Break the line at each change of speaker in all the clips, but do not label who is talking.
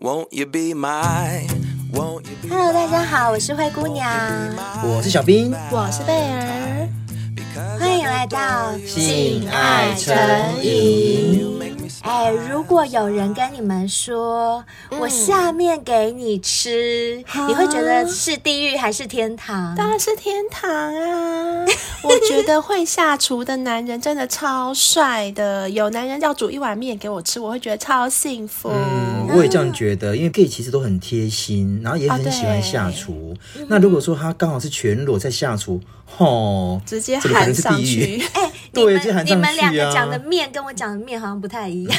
Won't you be my? Won't you be
Hello，大家好，我是灰姑娘，
我是小兵，
我是贝儿，
because
欢迎来到
性爱成瘾。
you make me
哎，如果有人跟你们说、我下面给你吃，你会觉得是地狱还是天堂？
当然是天堂啊！ 我觉得会下厨的男人真的超帅的，有男人要煮一碗面给我吃，我会觉得超幸福。
嗯，我也这样觉得，因为 gay 其实都很贴心，然后也
啊
很喜欢下厨。
哦
那如果说他刚好是全裸在下厨，吼，
直接
这个可能
喊
是
上
地狱
去，
哎，你
对
们
这喊
你
上
们两
去
个
啊
讲的面跟我讲的面好像不太一样。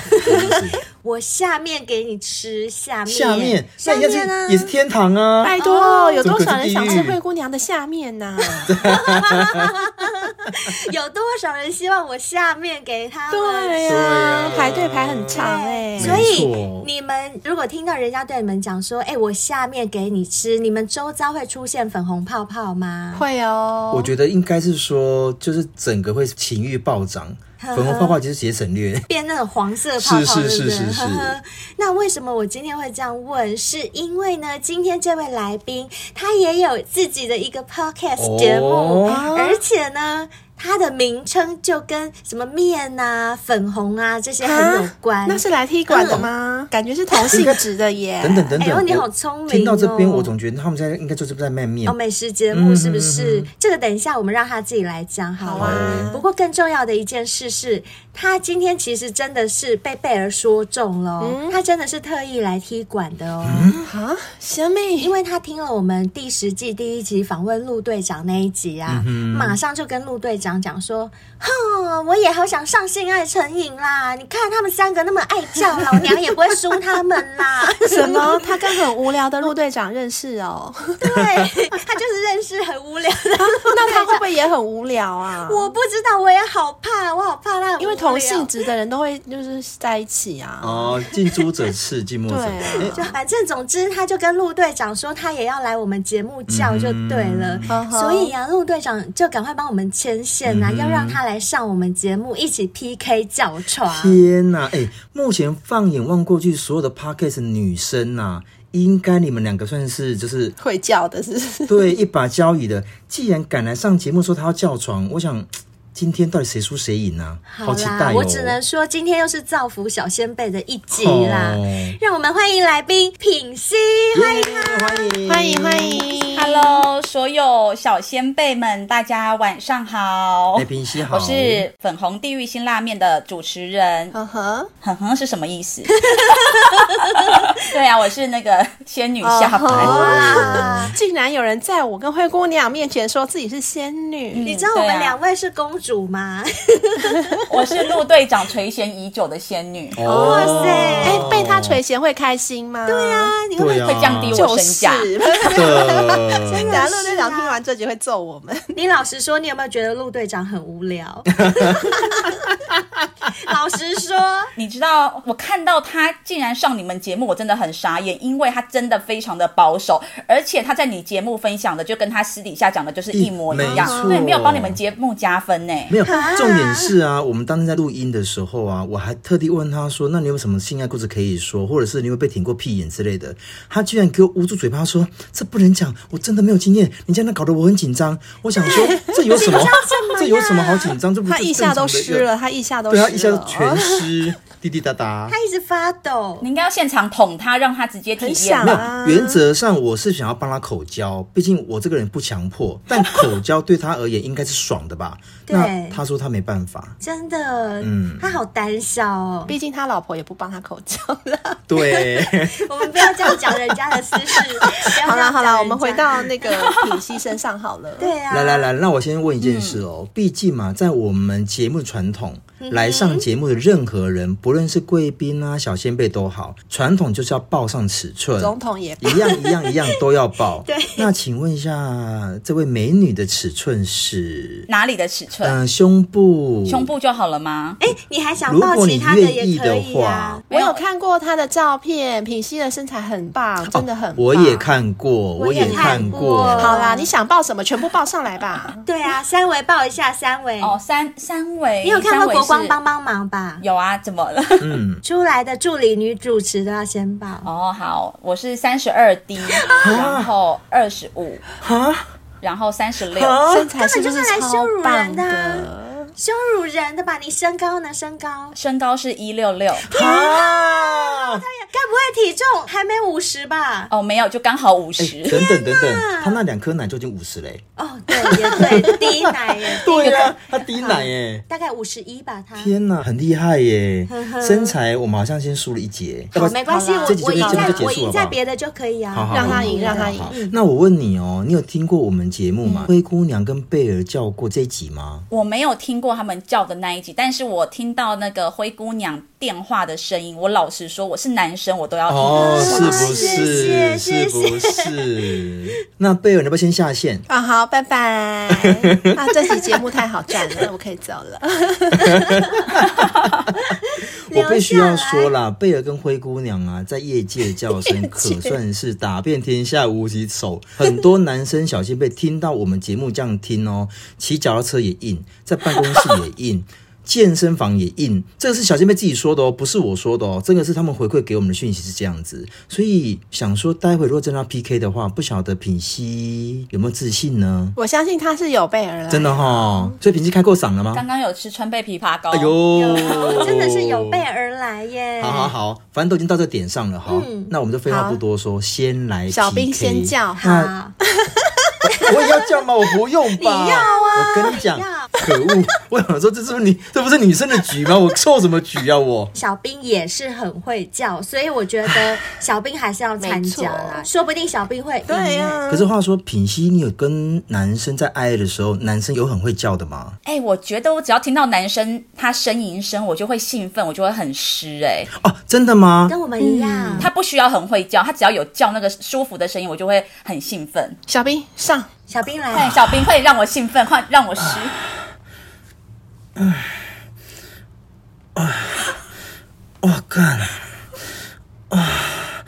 我下面给你吃，下面
下 面那
下
应该
面呢
是也是天堂啊！
拜托，
哦
有多少人想
怎么可能
吃
是地狱
灰姑娘的下面呐、
有多少人希望我下面给他们
对呀、
对啊
排队排很长哎、
所以
没错
你们如果听到人家对你们讲说：“哎、我下面给你吃”，你们周遭会出现粉红泡泡吗？
会哦。
我觉得应该是说，就是整个会情欲暴涨，粉红泡泡其实直接 省略。
变那种黄色泡泡，对
是是
不对
是是是
那为什么我今天会这样问？是因为呢，今天这位来宾他也有自己的一个 podcast
哦
节目，
啊
而且呢。它的名称就跟什么面啊、粉红啊这些很有关。
那是来踢馆的吗？感觉是同性质的耶。
嗯等等等
哎
等，
呦你
我
好聪明
听到这边，
哦
我总觉得他们在应该就是在卖面
哦，。美食节目是不是？
嗯嗯嗯嗯
这个等一下我们让他自己来讲好
好
了。
啊
不过更重要的一件事是，他今天其实真的是被贝儿说中了哦、
嗯
他真的是特意来踢馆的哦。
嗯
啊，小美
因为他听了我们第十季第一集访问陆队长那一集啊，
嗯
马上就跟陆队长讲说：“哼，我也好想上性爱成瘾啦！你看他们三个那么爱叫，老娘也不会输他们啦。”
什么？他跟很无聊的陆队长认识 哦？
对，他就是认识很无聊 的
那他会不会也很无聊啊？
我不知道，我也好怕，我好怕他很无聊，
因为同性质的人都会就是在一起啊。
哦，近朱者赤，哎近墨者
对
黑。
就反正总之，他就跟陆队长说，他也要来我们节目叫就对了。
嗯
所以啊，陆队长就赶快帮我们牵线啊，
嗯哼
要让他来上我们节目，一起 PK 叫床。
天呐，哎，目前放眼望过去，所有的 podcast 女生呐、应该你们两个算是 就是
会叫的是不是
对一把交椅的。既然敢来上节目说她要叫床，我想今天到底谁输谁赢啊？好期
啦
待，哦！
我只能说今天又是造福小先辈的一集啦。
哦
让我们欢迎来宾品熙，欢迎。
迎
欢迎欢。迎
Hello，所有小先辈们，大家晚上好。
哎，平西好，
我是粉红地狱辛辣面的主持人，
嗯哼，
哼哼是什么意思？ 对啊，我是那个仙女下
哦
凡。
啊
哇，
竟然有人在我跟灰姑娘面前说自己是仙
嗯
女，
你知道我
对
们
啊
两位是公主吗？
我是陆队长垂涎已久的仙女，
哇
塞
哎、被他垂涎会开心吗？对呀、
啊，你会不会
对啊，
会降低
就
我身
是
价。。
的，
等下陆队长听完这集会揍我们。
你老实说，你有没有觉得陆队长很无聊？ 老实说，
你知道，我看到他竟然上你们节目，我真的很傻眼，因为他真的非常的保守，而且他在你节目分享的就跟他私底下讲的就是一模一样
一没，错
对，没有帮你们节目加分呢。
没有，重点是啊，我们当时在录音的时候啊，我还特地问他说：“那你有什么性爱故事可以说，或者是你有没有被舔过屁眼之类的？”他居然给我捂住嘴巴说：“这不能讲，我真的没有经验。”你这样搞得我很紧张。我想 说，这有什么？这有什么好紧张？这不
他腋下都湿，了，他腋下都
这
湿
正常的一个对啊他一下都全
了，哦
湿，滴滴答答
他。一直发抖
你。应该要现场捅他，让他直接体
很
验
想
没
吧。
有，原则上我是想要帮他口交，毕竟我这个人不强迫，但口交对他而言应该是爽的吧？
对
那他说他没办法，
真的，
嗯
他好胆小哦。
毕竟他老婆也不帮他口交了。
对。
我们不要这样讲人家的私事。不要这
好啦
样讲
好 啦，
人
我们回
家
到那个品熙身上好 了。
对啊，
来来来，那我先问一件事哦，毕竟嘛，在我们节目传统，来上节目的任何人，不论是贵宾啊、小先辈都好，传统就是要报上尺寸，
总统也
一样一样一样都要报。
对
那请问一下，这位美女的尺寸是？
哪里的尺寸？
嗯、胸部，
胸。部就好了吗？
哎，你还想
如
报
果
其
你
他
愿
也
意
可
的
以啊
话。，
我有看过她的照片，品熙的身材很棒，真的很棒。
我也看过，
我
我
也
也看
看过
过。
好啦，你想报什么全部报上来吧。
对啊，三维报一下三维。
哦，三三围，
你有看
三
过
围
《国光
是
帮帮忙》吧？
有啊，怎么了？ 了。
嗯
出来的助理女主持都要先报。
哦，好，我是三十二 D，然后二十五，
啊，
然后三十六。
啊
身材是不
根本就是来羞
超
辱人
棒
的
的？
羞辱人的吧？你身高呢？身高
身高是一六六
啊！
该不会体重还没五十吧？
哦，没有，就刚好五
哎，
十、
等等等等，他那两颗奶就已经五十嘞。
哦，对，也对，低奶耶，
对啊，他滴奶耶。
大概五十一吧，他。
天哪，很厉害耶
呵！呵
身材我们好像先输了一节，要
好，
不
没
然
关系，
好啦
我
这集就
我
这
赢
集就
在
结束
我
好
赢
不
在
好
别嗯的就可以
好
啊。
好
让
好
他赢，
好
让他赢。
好，那我问你哦，你有听过我们节目
嗯
吗？灰姑娘跟贝尔叫过这一集吗？
我没有听过他们叫的那一集，但是我听到那个灰姑娘电话的声音，我老实说，我是男生，我都要
哦，是
哇
不
谢谢
是？是 不是？那贝尔，你要不要先下线？
啊、好，拜拜。啊，这期节目太好赚了，我可以走了。
留
我必须要
下
说啦，贝尔跟灰姑娘啊，在业界的 叫声可算是打遍天下无敌手。很多男生小心被听到我们节目这样听哦，骑脚踏车也硬，在办公室 也硬。健身房也硬，这个是小仙妹自己说的哦，不是我说的哦，这个是他们回馈给我们的讯息是这样子，所以想说，待会如果真的要 PK 的话，不晓得品熙有没有自信呢？
我相信他是有备
啊
而来，
真的哈、哦，所以品熙开够嗓了吗？
刚刚有吃川贝枇杷膏，
哎呦，
真的是有备而来耶。
好好好，反正都已经到这点上了哈，
嗯
那我们就废话不多说，先来
小兵
PK
先叫
那
好，
我也要叫吗？我不用吧？
你要啊
我跟你讲
你要，
可恶！我想说，这是不是你这不是女生的局吗？我凑什么局啊？我
小兵也是很会叫，所以我觉得小兵还是要参加啦，
没错
说不定小兵会赢。
对呀、
可是话说，品熙，你有跟男生在爱的时候，男生有很会叫的吗？
哎、我觉得我只要听到男生他呻吟声，我就会兴奋，我就会很湿、哎，
哦，真的吗？
跟我们一样，
嗯
他不需要很会叫，他只要有叫那个舒服的声音，我就会很兴奋。
小兵上，
小兵
快点，
来，
小兵，快点让我兴奋，快让我湿。
哇干！啊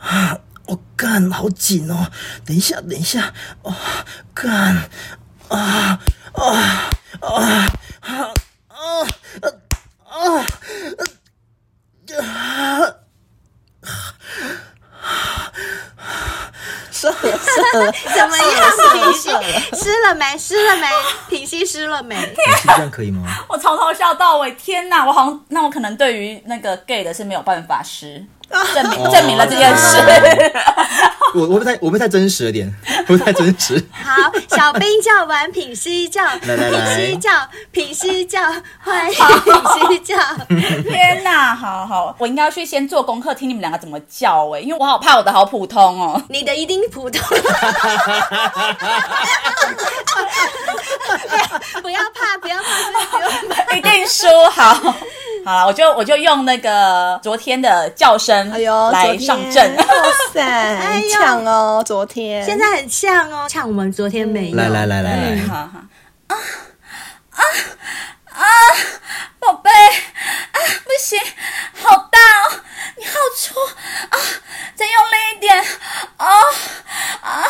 啊！我干，好紧哦！等一下，等一下，哦，干！啊啊啊啊啊啊啊！
射了射了，
怎么 样？
射了，
湿了没？湿了没？平息湿了没？
你是这样可以吗？
我从头笑到尾，天哪！我好像，那我可能对于那个 gay 的是没有办法湿，证
哦
明证明了这件
哦
事。
我我不太我不太真实了点，我不太真实。
好，小兵叫完，品熙叫，
来来来
品熙叫，品熙叫，欢迎品熙叫。
天哪，好好，我应该要去先做功课，听你们两个怎么叫哎、因为我好怕我的好普通哦。
你的一定普通， 不要怕，不要怕，不要怕。
一定输好。好了，我就我就用那个昨天的叫声
哎呦，
来上阵。
昨天哇塞，
哎呦
很呛哦，昨天，
现在很像哦，像我们昨天没有。
来来 来来
嗯，
来，
好好啊啊啊，啊宝贝啊，不行，好大哦，你好粗啊，再用力一点哦啊啊，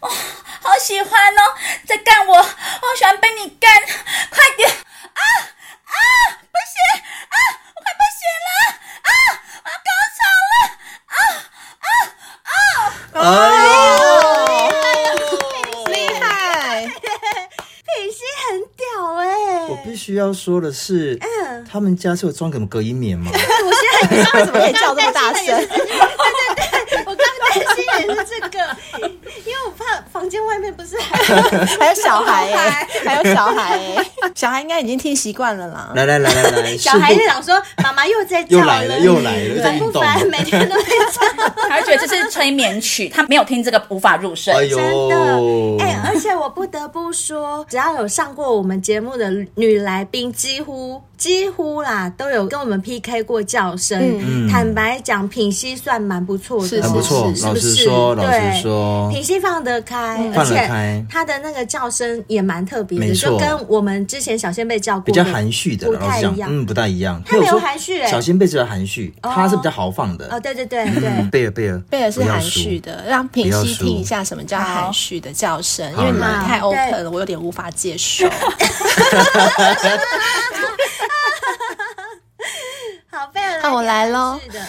哦，好喜欢哦，在干我，我好喜欢被你干，快 点啊啊，不行啊，我快不行了啊，我要高潮了。
哎
厉害，
品熙很屌哎、
呦，我必须要说的是，
嗯
他们家是有装什么隔音棉吗？
为什么可以叫这么大声？
我刚担心也是这个，因为我怕房间外面不是还
还有小孩哎、还有小孩哎、 小孩应该已经听习惯了啦。
来来来来来，
小孩
是
就想说妈妈又在叫
又来了又来了，又在
烦
运
不
动。
烦？每天都在叫。
他觉得这是催眠曲，他没有听这个无法入睡。
哎
真
呦
的，，哎、
哦
而且我不得不说，只要有上过我们节目的女来宾，几乎几乎啦都有跟我们 PK 过叫声。
嗯
坦白讲，品析算蛮不错的，
是
很不错
是。是
老
不
实
是
说，老实
对
说，
品析放得开，而
放得
且
开
他的那个叫声也蛮特别
没
的，
错
就跟我们之前小仙贝叫过
比较含
蓄
蓄的，
不
老
太
实
一
讲，
样
嗯，不太一样。
他没有
说
含蓄欸
小仙贝比较含蓄，他是比较豪放
哦，
的。
对对对
嗯
对，
贝尔贝尔，
贝尔是
不要
含
输
蓄，的，让品
不要
熙
输
听一下什么叫含蓄的叫声，因为你
好
太
好
open 了，我有点无法接受。 那我来喽。
是的，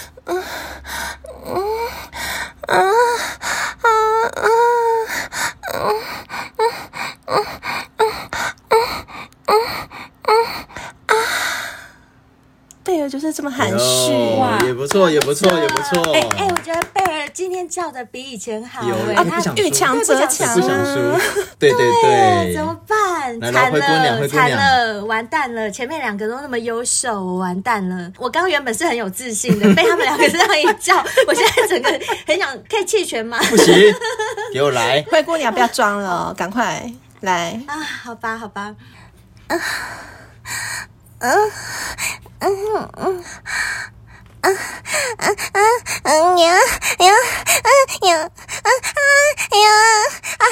贝尔就是这么含蓄，
哇
哎也不错，也不错，也不错。
哎哎，我觉得贝尔今天叫的比以前好
有
哎，
哎
他
不想
遇啊强则强
不想
啊。。
输，对对
对，啊
对，
怎么办？
来
惨
来灰姑娘
了，
灰姑
惨
娘
了，完蛋了！前面两个都那么优秀，我完蛋了。我刚原本是很有自信的，被他们两个这样一叫，我现在整个很想可以弃权吗？
不行，给我来
灰姑娘不要装了，赶快来。
啊，好吧，好吧，
嗯呀呀嗯呀嗯啊呀啊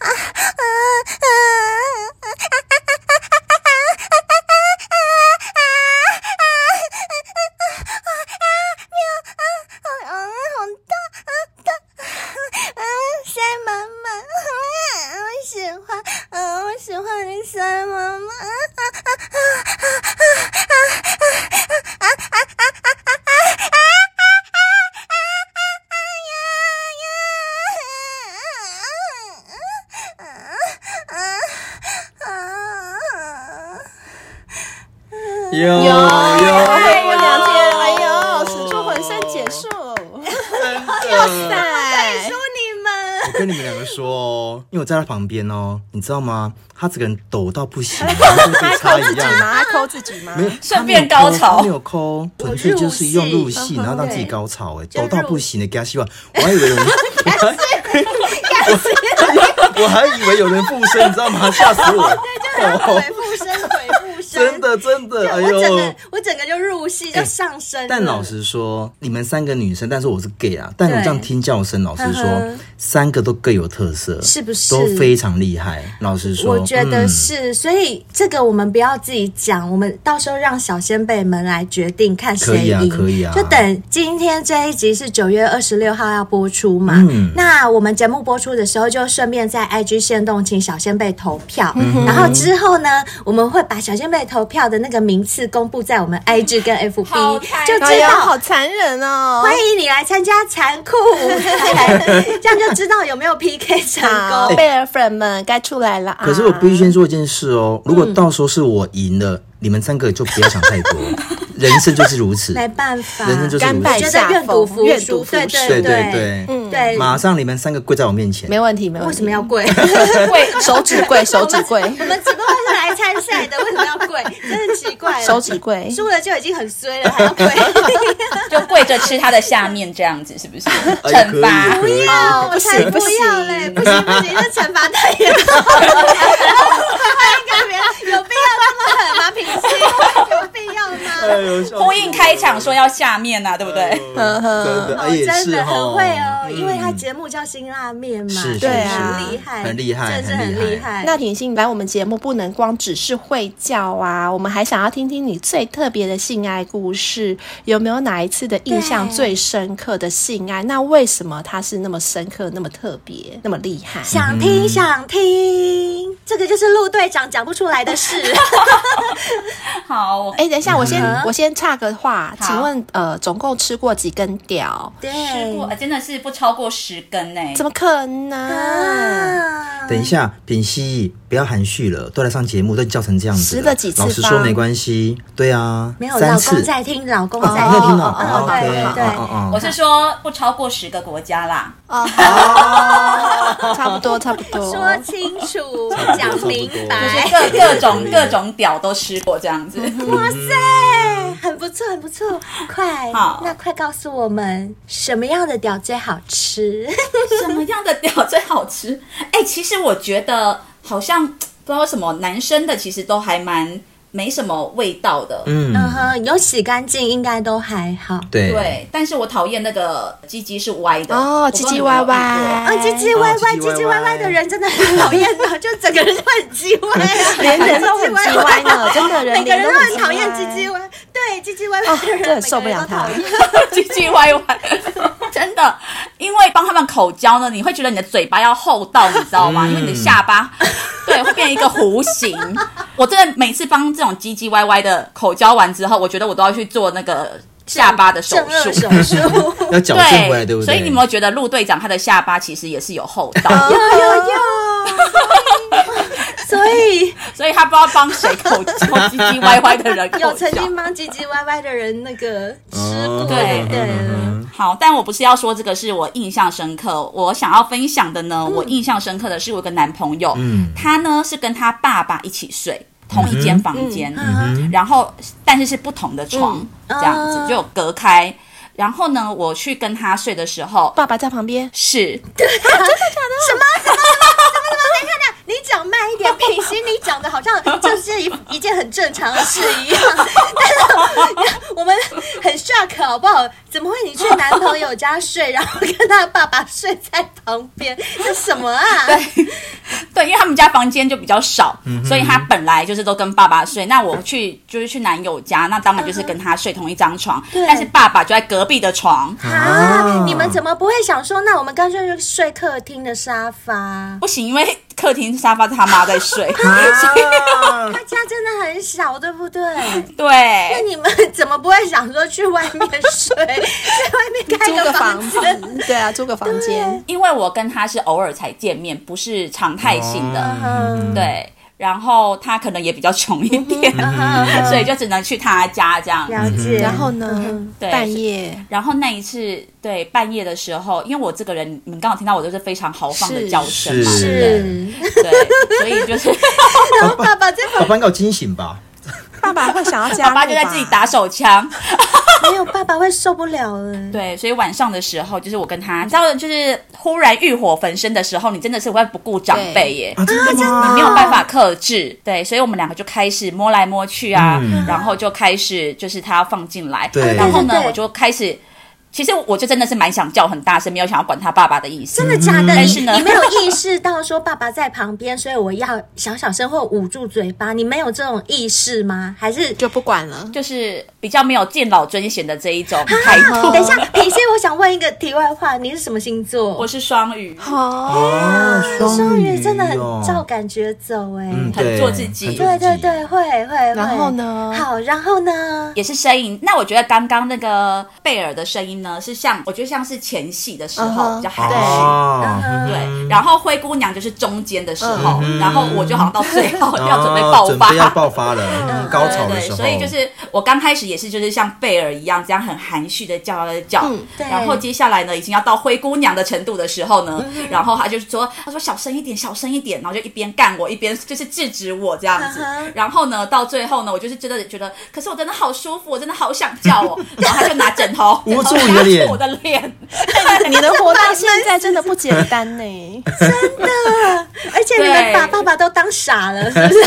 啊啊啊！嗯嗯三妈妈，
有有，
灰姑娘天，哎呦，
呦
使出浑身解数。
真的。哎
对，
祝你们。
我跟你们两个说哦，因为我在他旁边哦，你知道吗？他整个人抖到不行，跟被
抠
插
自
一
己
样。
吗？抠自己吗？
没有，
顺便高潮
他没有抠，他没有抠纯粹就是用入戏，然后让自己高潮，哎，抖到不行的，给他希望。我还以为有人，我还我我还以为有人附身，你知道吗？吓死我！
鬼附身，鬼附身，
哦真的真的，哎
我整
呦
个！我整个就入戏，就上身了。
但老实说，你们三个女生，但是我是 gay 啊。但我
对
这样听叫声，老实
呵
说
呵，
三个都各有特色，
是不是
都非常厉害。老实说，
我觉得
嗯
是，所以这个我们不要自己讲，我们到时候让小先辈们来决定看
可
谁
以啊
赢。
可以啊
就等今天这一集是九月二十六号要播出嘛。
嗯
那我们节目播出的时候，就顺便在 IG 线动请小先辈投票，
嗯
然后之后呢，我们会把小先辈投票的那个名次公布在我们 IG 跟 FB，
好惨
就
哎
知
呦，
道
好残忍哦！
欢迎你来参加残酷舞台， 这样就知道有没有 PK 成
好，
功。
贝尔粉们该出来了啊！
可是我必须先做一件事哦，如
嗯
果到时候是我赢了，你们三个就不要想太 多，人生就是如此。
没办法，
人生就是
甘拜
觉
下
得愿
风，
赌服
愿
输
赌服
对
输，
对
对
对，
嗯
对，
马上你们三个跪在我面前。
没问题，没问题。
为什么要跪？
跪
手指 跪，手指跪
我，们我们只不过是来参赛的，为什么要跪？真的奇怪了。
手指跪。
输了就已经很衰了，还要 跪？
就跪着吃他的下面这样子，是不是？
哎
惩罚。
可以可以
哦，我才不要嘞！不行不行，这惩罚太 严重了。应该没有有必要这么狠吗？品心有必要吗？
哎呦，笑死我
呼应开场说要下面呐、对不对？
真的，哎也
真
是
的很
哦
会哦，因为他
嗯
节目叫辛辣面嘛，
是是
对啊
很厉害，
很厉
真
害
的是
很厉
很
害
厉害。
那婷欣来我们节目不能光只是会叫啊，我们还想要听听你最特别的性爱故事，有没有哪一次的印象
对
最深刻的性爱？那为什么它是那么深刻、那么特别、那么厉害？
想听想听，这个就是陆队长讲不出来的事。
好，我
哎、等一下，我先、我先插个话，
好
请问呃，总共吃过几根屌？
对，啊
吃过，呃真的是不超过十根哎呢、
哎怎么可能？
啊
等一下，品熙，不要含蓄了，都来上节目，都叫成这样子
十个几次
老实
吧
说没关系，对啊，
没有
三
老
次
公，在听，老公在
哦你在听
听，
哦
哦
哦
哦
，OK，
对对
哦哦
我
哦
是说不超过十个国家啦。
哦，差不多，差不 多。
说清楚，讲明
就是
哎
白。
各
哎
各种各种屌都吃过这样子。
哇塞，很不错，很不错，快，
好
那快告诉我们什么样的屌最好吃？
什么样的屌最好吃？哎、其实我觉得好像不知道为什么，男生的其实都还蛮没什么味道的。
嗯
嗯，
哼，有洗干净应该都还好。
对
对，但是我讨厌那个鸡鸡是歪的
哦，
我不
唧
知道你
唧
有没
歪
有
歪，
遇过
啊，唧唧歪歪，
哦唧唧
唧唧
歪歪
歪歪的人真的很讨厌的，就整个人就很唧歪啊，
连人都很唧 歪呢，真的人
每个
连
人
都
都很
很
讨厌唧
唧
唧
歪。
歪，对，唧唧歪歪的人，
哦真的受不了他
每个人都讨厌
唧唧 歪歪，真的，因为帮他们口交呢，你会觉得你的嘴巴要厚道，你知道
嗯
吗？因为你的下巴，对，会变一个弧形。我真的每次帮这种唧唧歪歪的口交完之后，我觉得我都要去做那个下巴的手
正二
术
手。术。
要矫正回来，对不对？
所以你有没有觉得陆队长他的下巴其实也是有厚道，
有有有， 所以
所以他不知道帮谁口 口唧唧歪歪的人
有
口
曾
角。
经帮唧唧歪歪的人那个吃过
哦，
对
对
嗯
好，但我不是要说这个是我印象深刻，我想要分享的呢，我印象深刻的是我有个男朋友，
嗯
他呢是跟他爸爸一起睡同一间房间，
嗯
然后但是是不同的床，这样子
啊
就有隔开。然后呢，我去跟他睡的时候
爸爸在旁 边，
是
你讲慢一点，品行你讲的好像这是一一件很正常的事一样，但是我们很 shock 好不好？怎么会你去男朋友家睡，然后跟他爸爸睡在旁边？这什么啊？
对，因为他们家房间就比较少，所以他本来就是都跟爸爸睡。那我去就是去男友家，那当然就是跟他睡同一张床，
对
但是爸爸就在隔壁的床。
啊！你们怎么不会想说，那我们干脆就睡客厅的沙发？
不行，因为客厅沙发是他妈在睡。
啊
他家真的很小，对不对？那
对，
你们怎么不会想说去外面睡，在外面开
租啊个
房
房
子？
子，对啊，租个房间。
因为我跟他是偶尔才见面，不是常态性的。
嗯，
对，然后他可能也比较穷一点，
嗯
所以就只能去他家这样。
了解。
嗯然后呢，
对
半夜
然后那一次，对半夜的时候，因为我这个人，你们刚好听到我就是非常豪放的
是
叫声嘛，
是
是，
对，所以就是。
然后爸爸在
爸爸应该有惊醒吧？
爸爸会想要加
爸
入
爸就在
吧
自己打手枪，
没有爸爸会受不了了。
对，所以晚上的时候，就是我跟他，你知道，就是忽然欲火焚身的时候，你真的是会不顾长辈耶，
啊，真的吗？
没有办
啊
法克制，对，所以我们两个就开始摸来摸去啊，
嗯
然后就开始就是他要放进来，
对
然后
对对
呢，
对
我就开始，其实我就真的是蛮想叫很大声，没有想要管他爸爸的意思，
真的假的？
嗯但
你
是呢
你没有意识到说爸爸在旁边，所以我要小小声或捂住嘴巴。你没有这种意识吗？还是？
就不管了。
就是比较没有敬老尊贤的这一种态度。
啊等一下，品心，我想问一个题外话，你是什么星座？
我是双鱼，
哦，
哦，
双鱼，
鱼
真的很
哦
照感觉走哎、
嗯
很
对
做自己
很做
对
自
对对，会会。
然后呢
会好，然后呢？
也是声音。那我觉得刚刚那个贝尔的声音呢，是像我觉得像是前戏的时候
嗯哼
比较含蓄。
哦，
对，然后灰姑娘就是中间的时候，
嗯
然后我就好像到最后
哦
要准备爆
准
发，
备要爆发了，嗯高潮的
对
时
对，
候，
所以就是我刚开始也是就是像贝尔一样这样很含蓄的叫叫叫，
嗯
对
然后接下来呢已经要到灰姑娘的程度的时候呢，
嗯
然后他就是说他说小声一点小声一点，然后就一边干我一边就是制止我这样子，
嗯哼
然后呢到最后呢我就是真的觉得，可是我真的好舒服，我真的好想叫 哦，然后他就拿枕头
捂住
枕头
你的
压
脸
我的脸，
你能活到现在真的不简单呢。
而且你们
对
把爸爸都当傻了，是不是？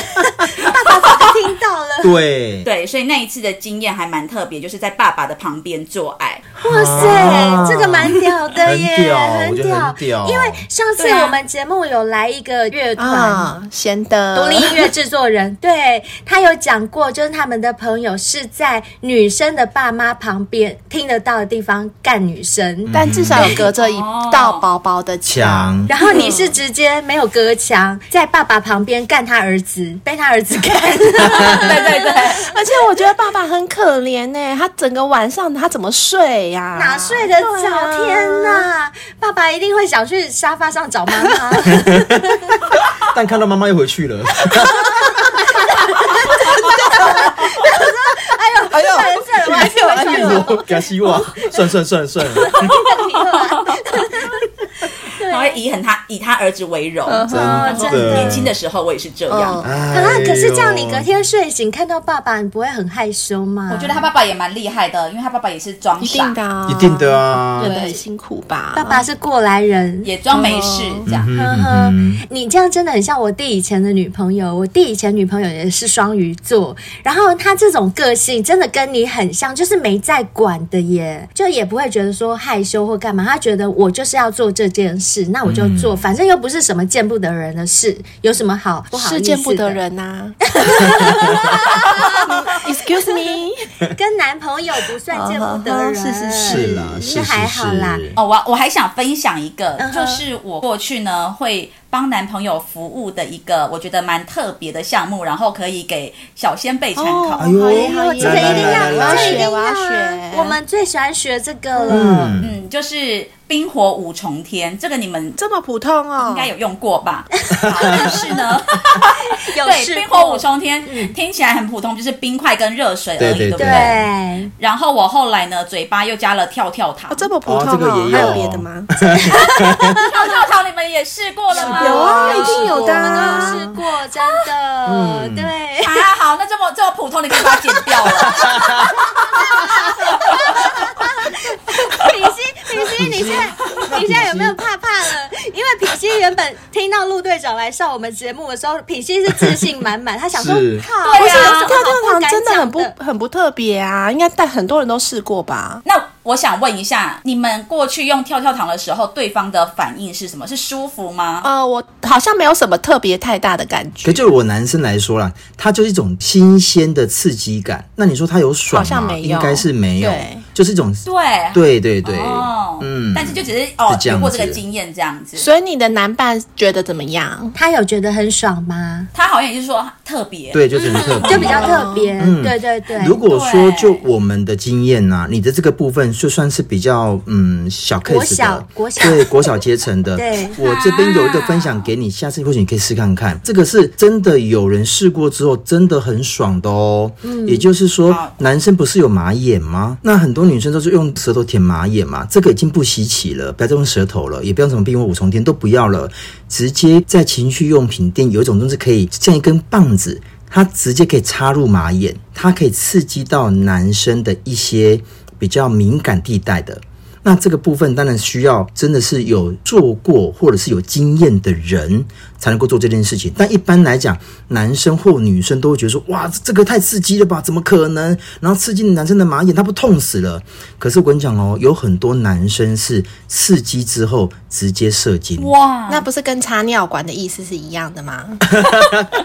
爸爸早就听到 了，
对
对，所以那一次的经验还蛮特别，就是在爸爸的旁边做爱，
哇塞，
啊
这个蛮屌的耶，
很屌我觉得很屌
因为上次
对啊
我们节目有来一个乐团。
啊，贤德
独立
嗯
音乐制作人，对他有讲过，就是他们的朋友是在女生的爸妈旁边听得到的地方干女
嗯
生，
但至少有隔着一
哦
道薄薄的墙。
强，
然后你是直接没有隔墙，在爸爸旁边干他儿子，被他儿子干，
对对对。
而且我觉得爸爸很可怜呢，他整个晚上他怎么睡呀、
哪睡得
对
着？
啊
天哪！爸爸一定会想去沙发上找妈 妈。
但看到妈妈又回去了，
哎呦，
反正我还是会
哎
穿
呦，哦给他希望，算算算算了，
问题了。
然后以很他以他儿子为荣，
哦的
然后年轻的时候我也是这样。
嗯
啊
啊，
可是这样你隔天睡醒看到爸爸，你不会很害羞吗？
我觉得他爸爸也蛮厉害的，因为他爸爸也是装
一
傻
定，的、啊，
一定的啊
真，的很辛苦吧？
爸爸是过来人。
也装没事这样。
嗯
呵呵，你这样真的很像我弟以前的女朋友。我弟以前女朋友也是双鱼座，然后他这种个性真的跟你很像，就是没在管的耶，就也不会觉得说害羞或干嘛。他觉得我就是要做这件事，那我就
嗯
做，反正又不是什么见不得人的事，有什么好不好意思
是
的
见不得人呐、啊。Excuse me，
跟男朋友不算见不得人，
哦哦哦是
嗯
是
啊是啦，是是
还好啦。
是
哦，我我还想分享一个，
嗯哼
就是我过去呢会帮男朋友服务的一个，我觉得蛮特别的项目，然后可以给小先辈参考。
哎呦
好耶，
哦
好
这
耶
个一定
来来来
要，
来
这个一定要
我要
啊
学！
我们最喜欢学这个了。
嗯，
嗯，就是冰火五重天，这个你们
这么普通哦，
应该有用 过吧？好但是呢，
有
对，
试
冰
过嗯
火五重天、听起来很普通，就是冰块跟热水而已，
对对
不
对
对，
然后我后来呢，嘴巴又加了跳跳糖。
哦，这么普
哦
通
这个也
还
有
有别的吗？
跳跳糖你们也试过了吗？
有啊
有
一定有
我
的啊
们都有试过，真的，对。
啊，好，那这么这么普通，你可以把它剪掉了。
品熙，品熙，你现在你现在有没有怕怕了？因为品熙原本听到陆队长来上我们节目的时候，品熙是自信满满，他想说，
是
靠，我
对啊
有什么
跳
好不
跳糖
敢
真的很不
讲的
很不特别啊，应该但很多人都试过吧？
那我想问一下，你们过去用跳跳糖的时候，对方的反应是什么？是舒服吗？
呃，我好像没有什么特别太大的感
可
觉，
就是我男生来说啦，它就是一种新鲜的刺激感。那你说它有爽吗？
好像没有
应该是没有
对，
就是一种
对
对对对，
哦，
嗯
但是就只是哦
是，这样子
有过这个经验这样子，
所以你的男伴觉得怎么样？
他有觉得很爽吗？
他好像也就是说特别，
对，就是很 特别，
就比较特别，
嗯
对对对。
如果说
对
就我们的经验呐、你的这个部分就算是比较嗯小 case 的，
国小国小
对国小阶层的，
对
我这边有一个分享给你，下次或许你可以试看看，这个是真的有人试过之后真的很爽的哦。嗯，也就是说
好，
男生不是有马眼吗？那很多女生都是用舌头舔马眼嘛，这个已经不稀奇了，不要再用舌头了，也不要什么冰火五重天都不要了，直接在情趣用品店有一种东西可以像一根棒子。它直接可以插入马眼，它可以刺激到男生的一些比较敏感地带的。那这个部分当然需要真的是有做过或者是有经验的人才能够做这件事情。但一般来讲，男生或女生都会觉得说：“哇，这个太刺激了吧？怎么可能？”然后刺激男生的马眼，他不痛死了？可是我跟你讲哦，有很多男生是刺激之后直接射精。
哇，
那不是跟插尿管的意思是一样 的吗？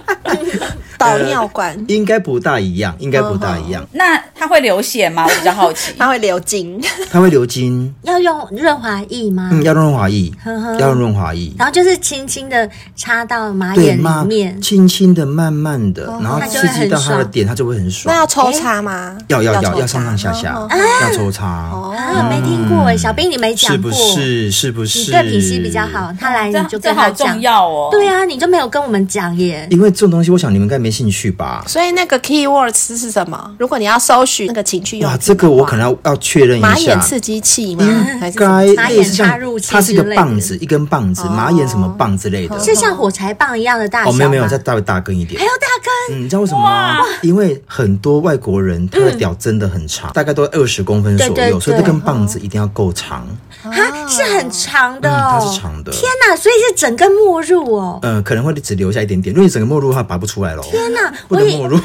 导尿管，
应该不大一
嗯
样，应该不大一样，
那他会流血吗？我比较好奇。
它会流精，
它会流精，
要用润滑液吗？
嗯，要用润滑液，
呵呵
要用润滑液，
然后就是轻轻的插到马
对
眼
嘛
里面，，哦
轻轻的、慢慢的，然后
它就
刺
会
激
很
到它的
爽
点，它就会很爽
那。要抽插吗？
要要要
抽插
要上上下下
哦，
要抽插，
啊，没听过哎，小兵你没
是
讲
不
过，
是？是不
你
是？
对品熙比较好，他来你
这
就
这
跟他
好重
讲，
要哦。
对啊，你就没有跟我们讲耶，
因为这种东西，我想你们应该没兴趣吧？
所以那个 keywords 是什么？如果你要搜寻那个情趣用
哇，
品，
这个我可能要要确认一
马眼
下。
刺激器吗？还
应
是什么
该
马
类
眼
似
插
像
入器
它是一个
之类的
棒子，一根棒子，马眼什么棒之类的。
是像火柴棒一样的大小
嗯哦，
吗？
没有没有，再大大根一点
还。有大根，
嗯，你知道为什么吗？因为很多外国人他的屌真的很长，大概都二十公分左右，
嗯对对
所以
对
这根棒子一定要够长，
啊
它是很长的
嗯，
哦，
它是长的。
天哪，所以是整根没入哦。
呃，可能会只留下一点点，因为你整个没入的话拔不出来喽。天
哪
不
啊 我
能
以
没入。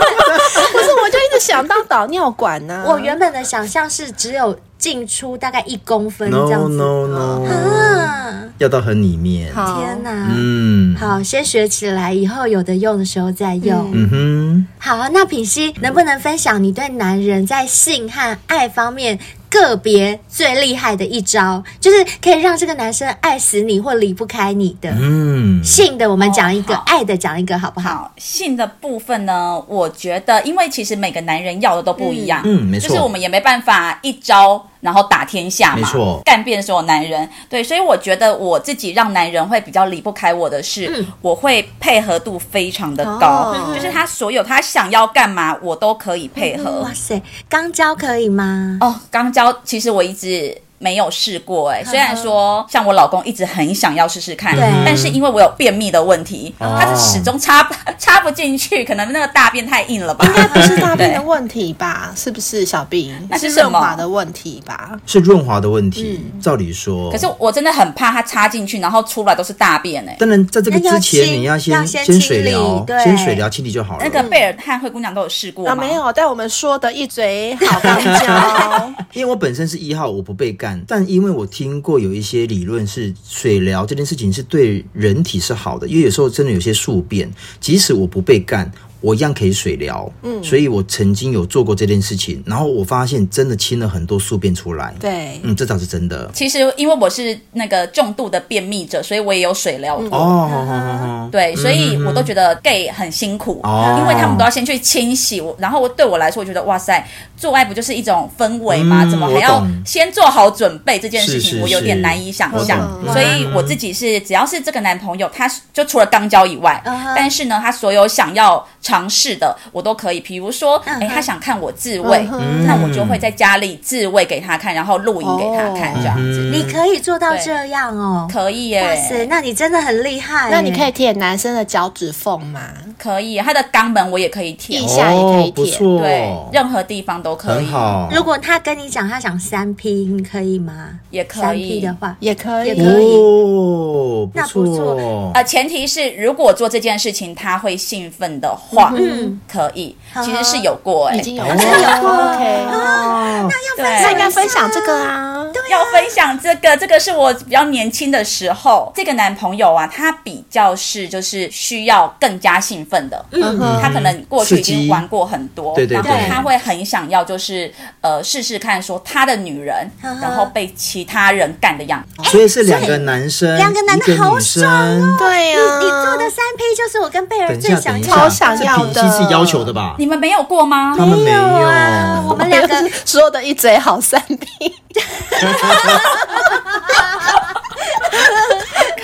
不是，我就一直想到导尿管啊呢、
我原本的想象是只有进出大概一公分这
No
样子。
no no，
啊，
要到很里面。
好
天哪！
嗯，
好，先学起来，以后有的用的时候再用。
嗯哼，
好，啊那品熙能不能分享你对男人在性和爱方面个别最厉害的一招，就是可以让这个男生爱死你或离不开你的？
嗯，
性的我们讲一个，
哦好
爱的讲一个，好不好？
好，性的部分呢，我觉得，因为其实每个男人要的都不一样，
嗯嗯没错
就是我们也没办法一招然后打天下嘛，
没错
干遍所有男人。对，所以我觉得我自己让男人会比较离不开我的是，
嗯
我会配合度非常的高，
哦
就是他所有他想要干嘛，我都可以配合
嗯哇。塞，肛交可以吗？
哦，肛交其实我一直。没有试过
嗯
哎、虽然说像我老公一直很想要试试看
对，
但是因为我有便秘的问题，
哦
他是始终插插不 进去，可能那个大便太 硬了吧。
不是大便的问题吧？是不是小兵？
那是
润
什么
滑的问题吧？
是润滑的问题。
嗯
照理说，
可是我真的很怕它插进去，然后出来都是大便哎、
当然在这个
那要
之前，
清
你要
要
先
先
先水
清理
疗，
对
先水疗清理就好了。
那个贝尔和灰姑娘都有试过
嗯
吗？
啊，没。有，但我们说的一嘴好棒椒，
因为我本身是一号，我不被干，但因为我听过有一些理论是水疗这件事情是对人体是好的，因为有时候真的有些宿便，即使我不被干。我一样可以水疗，嗯，所以我曾经有做过这件事情，然后我发现真的清了很多宿便出来，，
对，
嗯，这倒是真的。
其实因为我是那个重度的便秘者，所以我也有水疗过。
哦，好好好好，
对，所以我都觉得 gay 很辛苦，
嗯哦
因为他们都要先去清洗。我，然后我对我来说，我觉得哇塞，做爱不就是一种氛围吗？
嗯
怎么还要
我懂
先做好准备这件事情？
是是
我有点难以想
我
象
懂。嗯
所以我自己是，只要是这个男朋友，他是就除了肛交以外，
嗯哼
但是呢，他所有想要尝试的，我都可以。比如说，哎、
嗯哼嗯
他想看我自慰，那我就会在家里自慰给他看，然后录影给他
嗯
看，
哦
这样子、
你可以做到这样哦，
可以耶、
哇塞，那你真的很厉害耶。
那你可以舔男生的脚趾缝吗？
可以。他的肛门我也可以舔。
一下也可以
哦不
舔
错，
对，任何地方都可
哦很
以，
好。
如果他跟你讲他想三 P，你可以吗？
也可
三 P
以
的。话，
也可以，
也可以
哦，
那
不
不
错
错，
呃，前提是如果做这件事情他会兴奋的话，
嗯
可以。
呵呵
其实是有过哎、
已经有
哦
了，OK，
哦，
那应
对，
该分享这个啊，
要分享这个，这个是我比较年轻的时候，这个男朋友啊，他比较是就是需要更加兴奋的，
嗯哼
他可能过去已
刺
经
激
玩过很多，
对对
然后
对
他会很想要就是呃试试看说他的女人，
呵呵
然后被其他人干的样子，
所以是两个男生，
两个男的
一女
好
生
爽哦你
对呀，
你做的三 P 就是我跟贝尔
等一
最
下，
想
等一
要
下，
的
超想要的
这品性是要求的吧？
你们没有过 吗？
他们没有，
啊，我们两个
是说的一嘴好三听，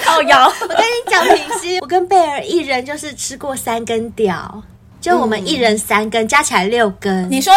靠
哦
腰。
我跟你讲，品熙，我跟贝尔一人就是吃过三根屌，就我们一人三根，加起来六根。
你说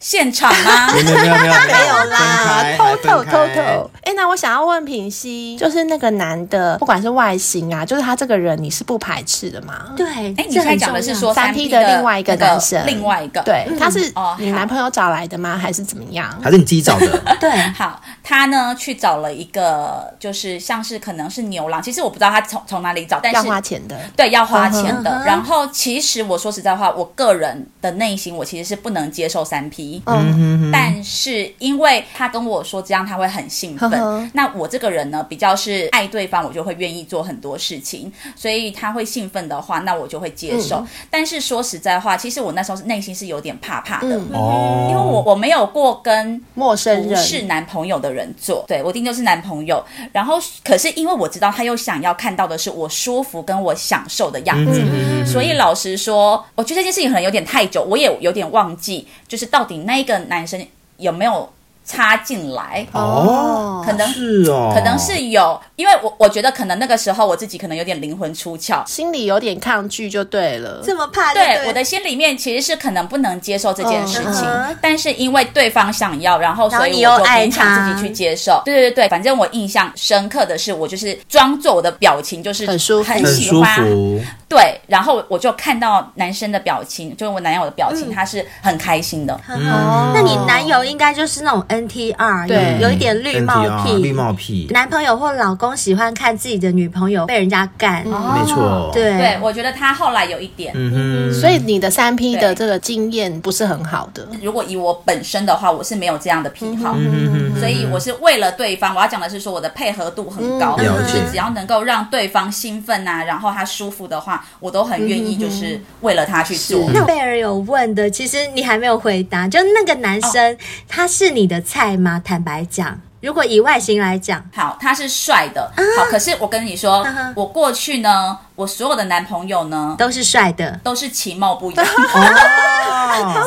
现场吗？
没有没有没有没
没有啦，偷偷偷。
分开
偷。哎，那我想要问平西，就是那个男的，不管是外形啊，就是他这个人，你是不排斥的吗？
对，
哎，你
这
现在
很
讲的
重
是
要
说
三 P
批
的另外一个男生，
另外一个。
对，他是
哦
你
好
男朋友找来的吗？还是怎么样？
还是你自己找的？
对，
好，他呢去找了一个，就是像是可能是牛郎，其实我不知道他从从哪里找，但
要花
是
钱的，
对要花钱的
嗯。哼
然后其实我说实在话，我个人的内心我其实是不能接受三 P，
嗯，
但是因为他跟我说这样他会很兴奋
呵呵，
那我这个人呢比较是爱对方，我就会愿意做很多事情，所以他会兴奋的话，那我就会接受。
嗯
但是说实在话，其实我那时候是内心是有点怕怕的，
嗯
哦，
因为我我没有过跟
陌生
不
人
是男朋友的人做，对我一定就是男朋友。然后可是因为我知道他又想要看到的是我舒服跟我享受的样子，
嗯
所以老实说，我觉得这件事情可能有点太久，我也有点忘记，就是到底那一个男生有没有插进来，
哦，
可能。
是哦，
可能是有，因为我我觉得可能那个时候我自己可能有点灵魂出窍，
心里有点抗拒就对了。
这么怕就
对，
对
我的心里面其实是可能不能接受这件事情，
嗯嗯
但是因为对方想要，然后
然后
所以
你
我
又
就
爱
勉强
他
自己去接受。对对对对，反正我印象深刻的是，我就是装作我的表情就是
很舒服
很
很
喜
舒
欢，
服，
对，然后我就看到男生的表情，就是我男友的表
嗯
情，他是很开心的。
嗯
哦
那你男友应该就是那种 NTR，
对
有有一点绿帽
NTR 绿
癖，
帽癖，
男朋友或老公喜欢看自己的女朋友被人家干，
没错，，
哦对
对，，
我觉得他后来有一点，
嗯哼，
所以你的三 P 的这
对
个经验不是很好的，
如果以我本身的话，我是没有这样的癖好。
嗯哼
所以我是为了对方，我要讲的是说我的配合度很高，
嗯了解
就是只要能够让对方兴奋啊，然后他舒服的话，我都很愿意，就是为了他去做。
那贝尔有问的，其实你还没有回答，就那个男生、
哦
他是你的菜吗？坦白讲，如果以外形来讲，
好，他是帅的，
啊
好，可是我跟你说
啊哈，
我过去呢，我所有的男朋友呢，
都是帅的，
都是其貌 不扬，
哦，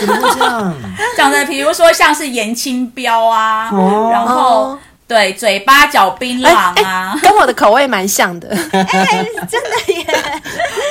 怎么会这样？
长得比如说像是严清标啊，
哦
然后对嘴巴角槟榔啊，
跟我的口味蛮像的。
哎、 真的耶，
哎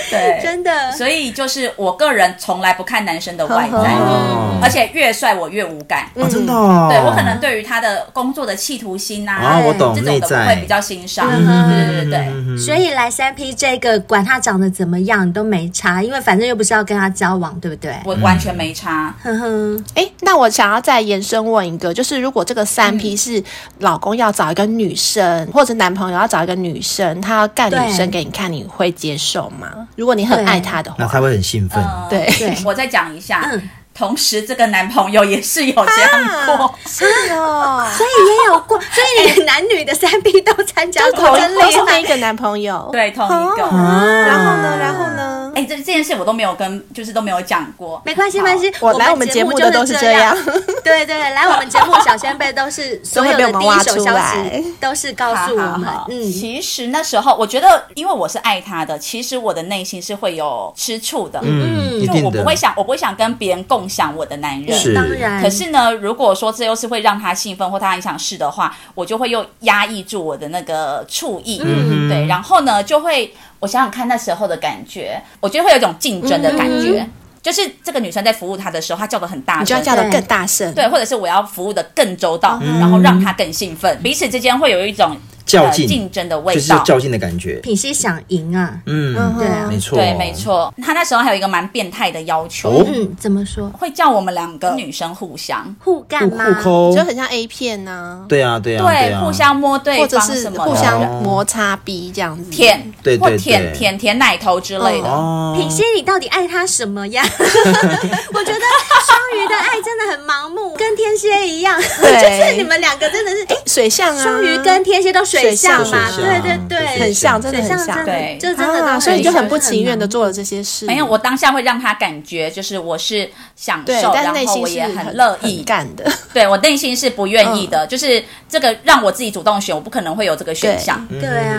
对，
真的。
哎所以就是我个人从来不看男生的外在，
哦
而且越帅我越无感。
哦，真的哦，
对我可能对于他的工作的企图心啊，
哦，我懂
这种
内
的我会
在
比，较欣赏。
嗯
对对对对
嗯哼
所以来三 P 这个，管他长得怎么样，你都没差，因为反正又不是要跟他交往，对不对？
我完全没差。
哼哼，
哎，那我想要再延伸问一个，就是如果这个三 P 是老公要找一个女生，或者男朋友要找一个女生，他要干女生给你看，你会接受吗？如果你很爱他的
那
话，
他会很兴奋，
呃
对，
对
我再讲一下。
嗯
同时，这个男朋友也是有这样过，
啊
是哦，
所以也有过，所以你男女的 三 P 都参加
就
过，
同
真
都
厉
是那
害。
一个男朋友，
哦
对，同一个。
啊
然后呢，然后呢？
哎、这这件事我都没有跟，就是都没有讲过。
没关系，没关系。
我来我
们
们节目
目
的
就
都是
是
这样
样。 对对，来我们节目小先辈都是所有
会被
的
我们
第
挖
一手
出
消
来
息都是告诉我
好
们
好好，
嗯。
其实那时候我觉得，因为我是爱他的，其实我的内心是会有吃醋的，
嗯，一
就
定
我不
的
会，想，我不会想跟别人共享我的男人。
是
嗯当然，
嗯
可是呢，如果说这又是会让他兴奋或他很想试的话，我就会又压抑住我的那个醋意，
嗯
对，然后呢，就会我想想看那时候的感觉，我觉得会有一种竞争的感觉，
嗯
就是这个女生在服务他的时候，她叫的很大
你就要
声，
叫的
对
更大声。
对，或者是我要服务的更周到，然后让他更兴奋，彼此之间会有一种
嗯较
呃
劲
竞争的味
就是
道。
较劲的感觉。
品熙想赢啊，
嗯，
对啊，
没错，
对，没。错。他那时候还有一个蛮变态的要求，
哦
嗯，怎么说？
会叫我们两个女生互相，
互干
互
吗？
互抠
就，很像 A 片呐、
对啊，对啊，
对，
啊，
互相摸对
或者
方
是
什么
互
的
相
哦
摩擦逼这样子。
舔，
嗯对对
或
对
舔舔舔奶头之类
嗯
的。
哦，
品熙，你到底爱他什么呀？ 我觉得双鱼的爱真的很盲目，跟天蝎一样，
对
就是你们两个真的是，哎、
水象啊，
双鱼跟天蝎都水象嘛，
水象
对对
水象
对，
很像，真的
水
很
象
像
真。
对
的，就真的都、
啊，所以你就很不
就是
情愿的
盲
做了这些事。
没哎有，我当下会让他感觉就是我是享
对，
受，
但
然
内
后
心
我
是
也乐意
很。嗯干的。
对我内心是不愿意的，就是这个让我自己主动选，我不可能会有这个选项。
对啊，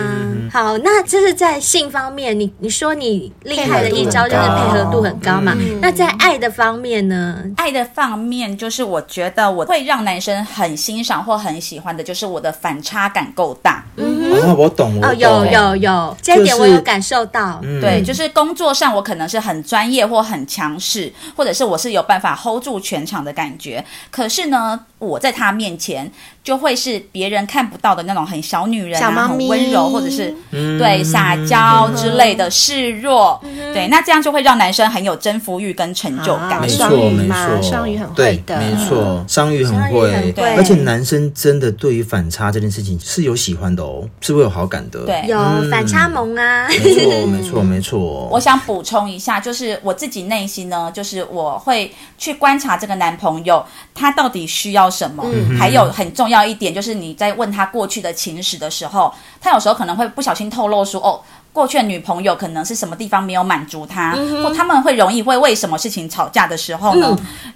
好，那这是在性方面，你你说你厉害的一招就是配合度很高嘛？那在爱的方面呢？
爱的方面，就是我觉得我会让男生很欣赏或很喜欢的，就是我的反差感够大。
啊，我懂，我
哦，
懂
有有有，这一点我有感受到。
对，就是工作上我可能是很专业或很强势，或者是我是有办法 hold 住全场的感觉。可是呢，我在他面前就会是别人看不到的那种很小女人、啊，
小猫咪
很温柔，或者是、对撒娇之类的示弱。
嗯
对，那这样就会让男生很有征服欲跟成就感。
啊
没
双
错，
鱼
没
嘛
错，
双鱼很会
对
的
没错，双鱼很
双鱼
会
很
会，
而且男生真的对于反差这件事情是有喜欢的哦，是会有好感的。
对
有反差萌啊，
没错，没错，没错。
我想补充一下，就是我自己内心呢，就是我会去观察这个男朋友他到底需要什么，还有很重要一点就是你在问他过去的情史的时候，他有时候可能会不小心透露说哦。过去的女朋友可能是什么地方没有满足他，或他们会容易会为什么事情吵架的时候呢？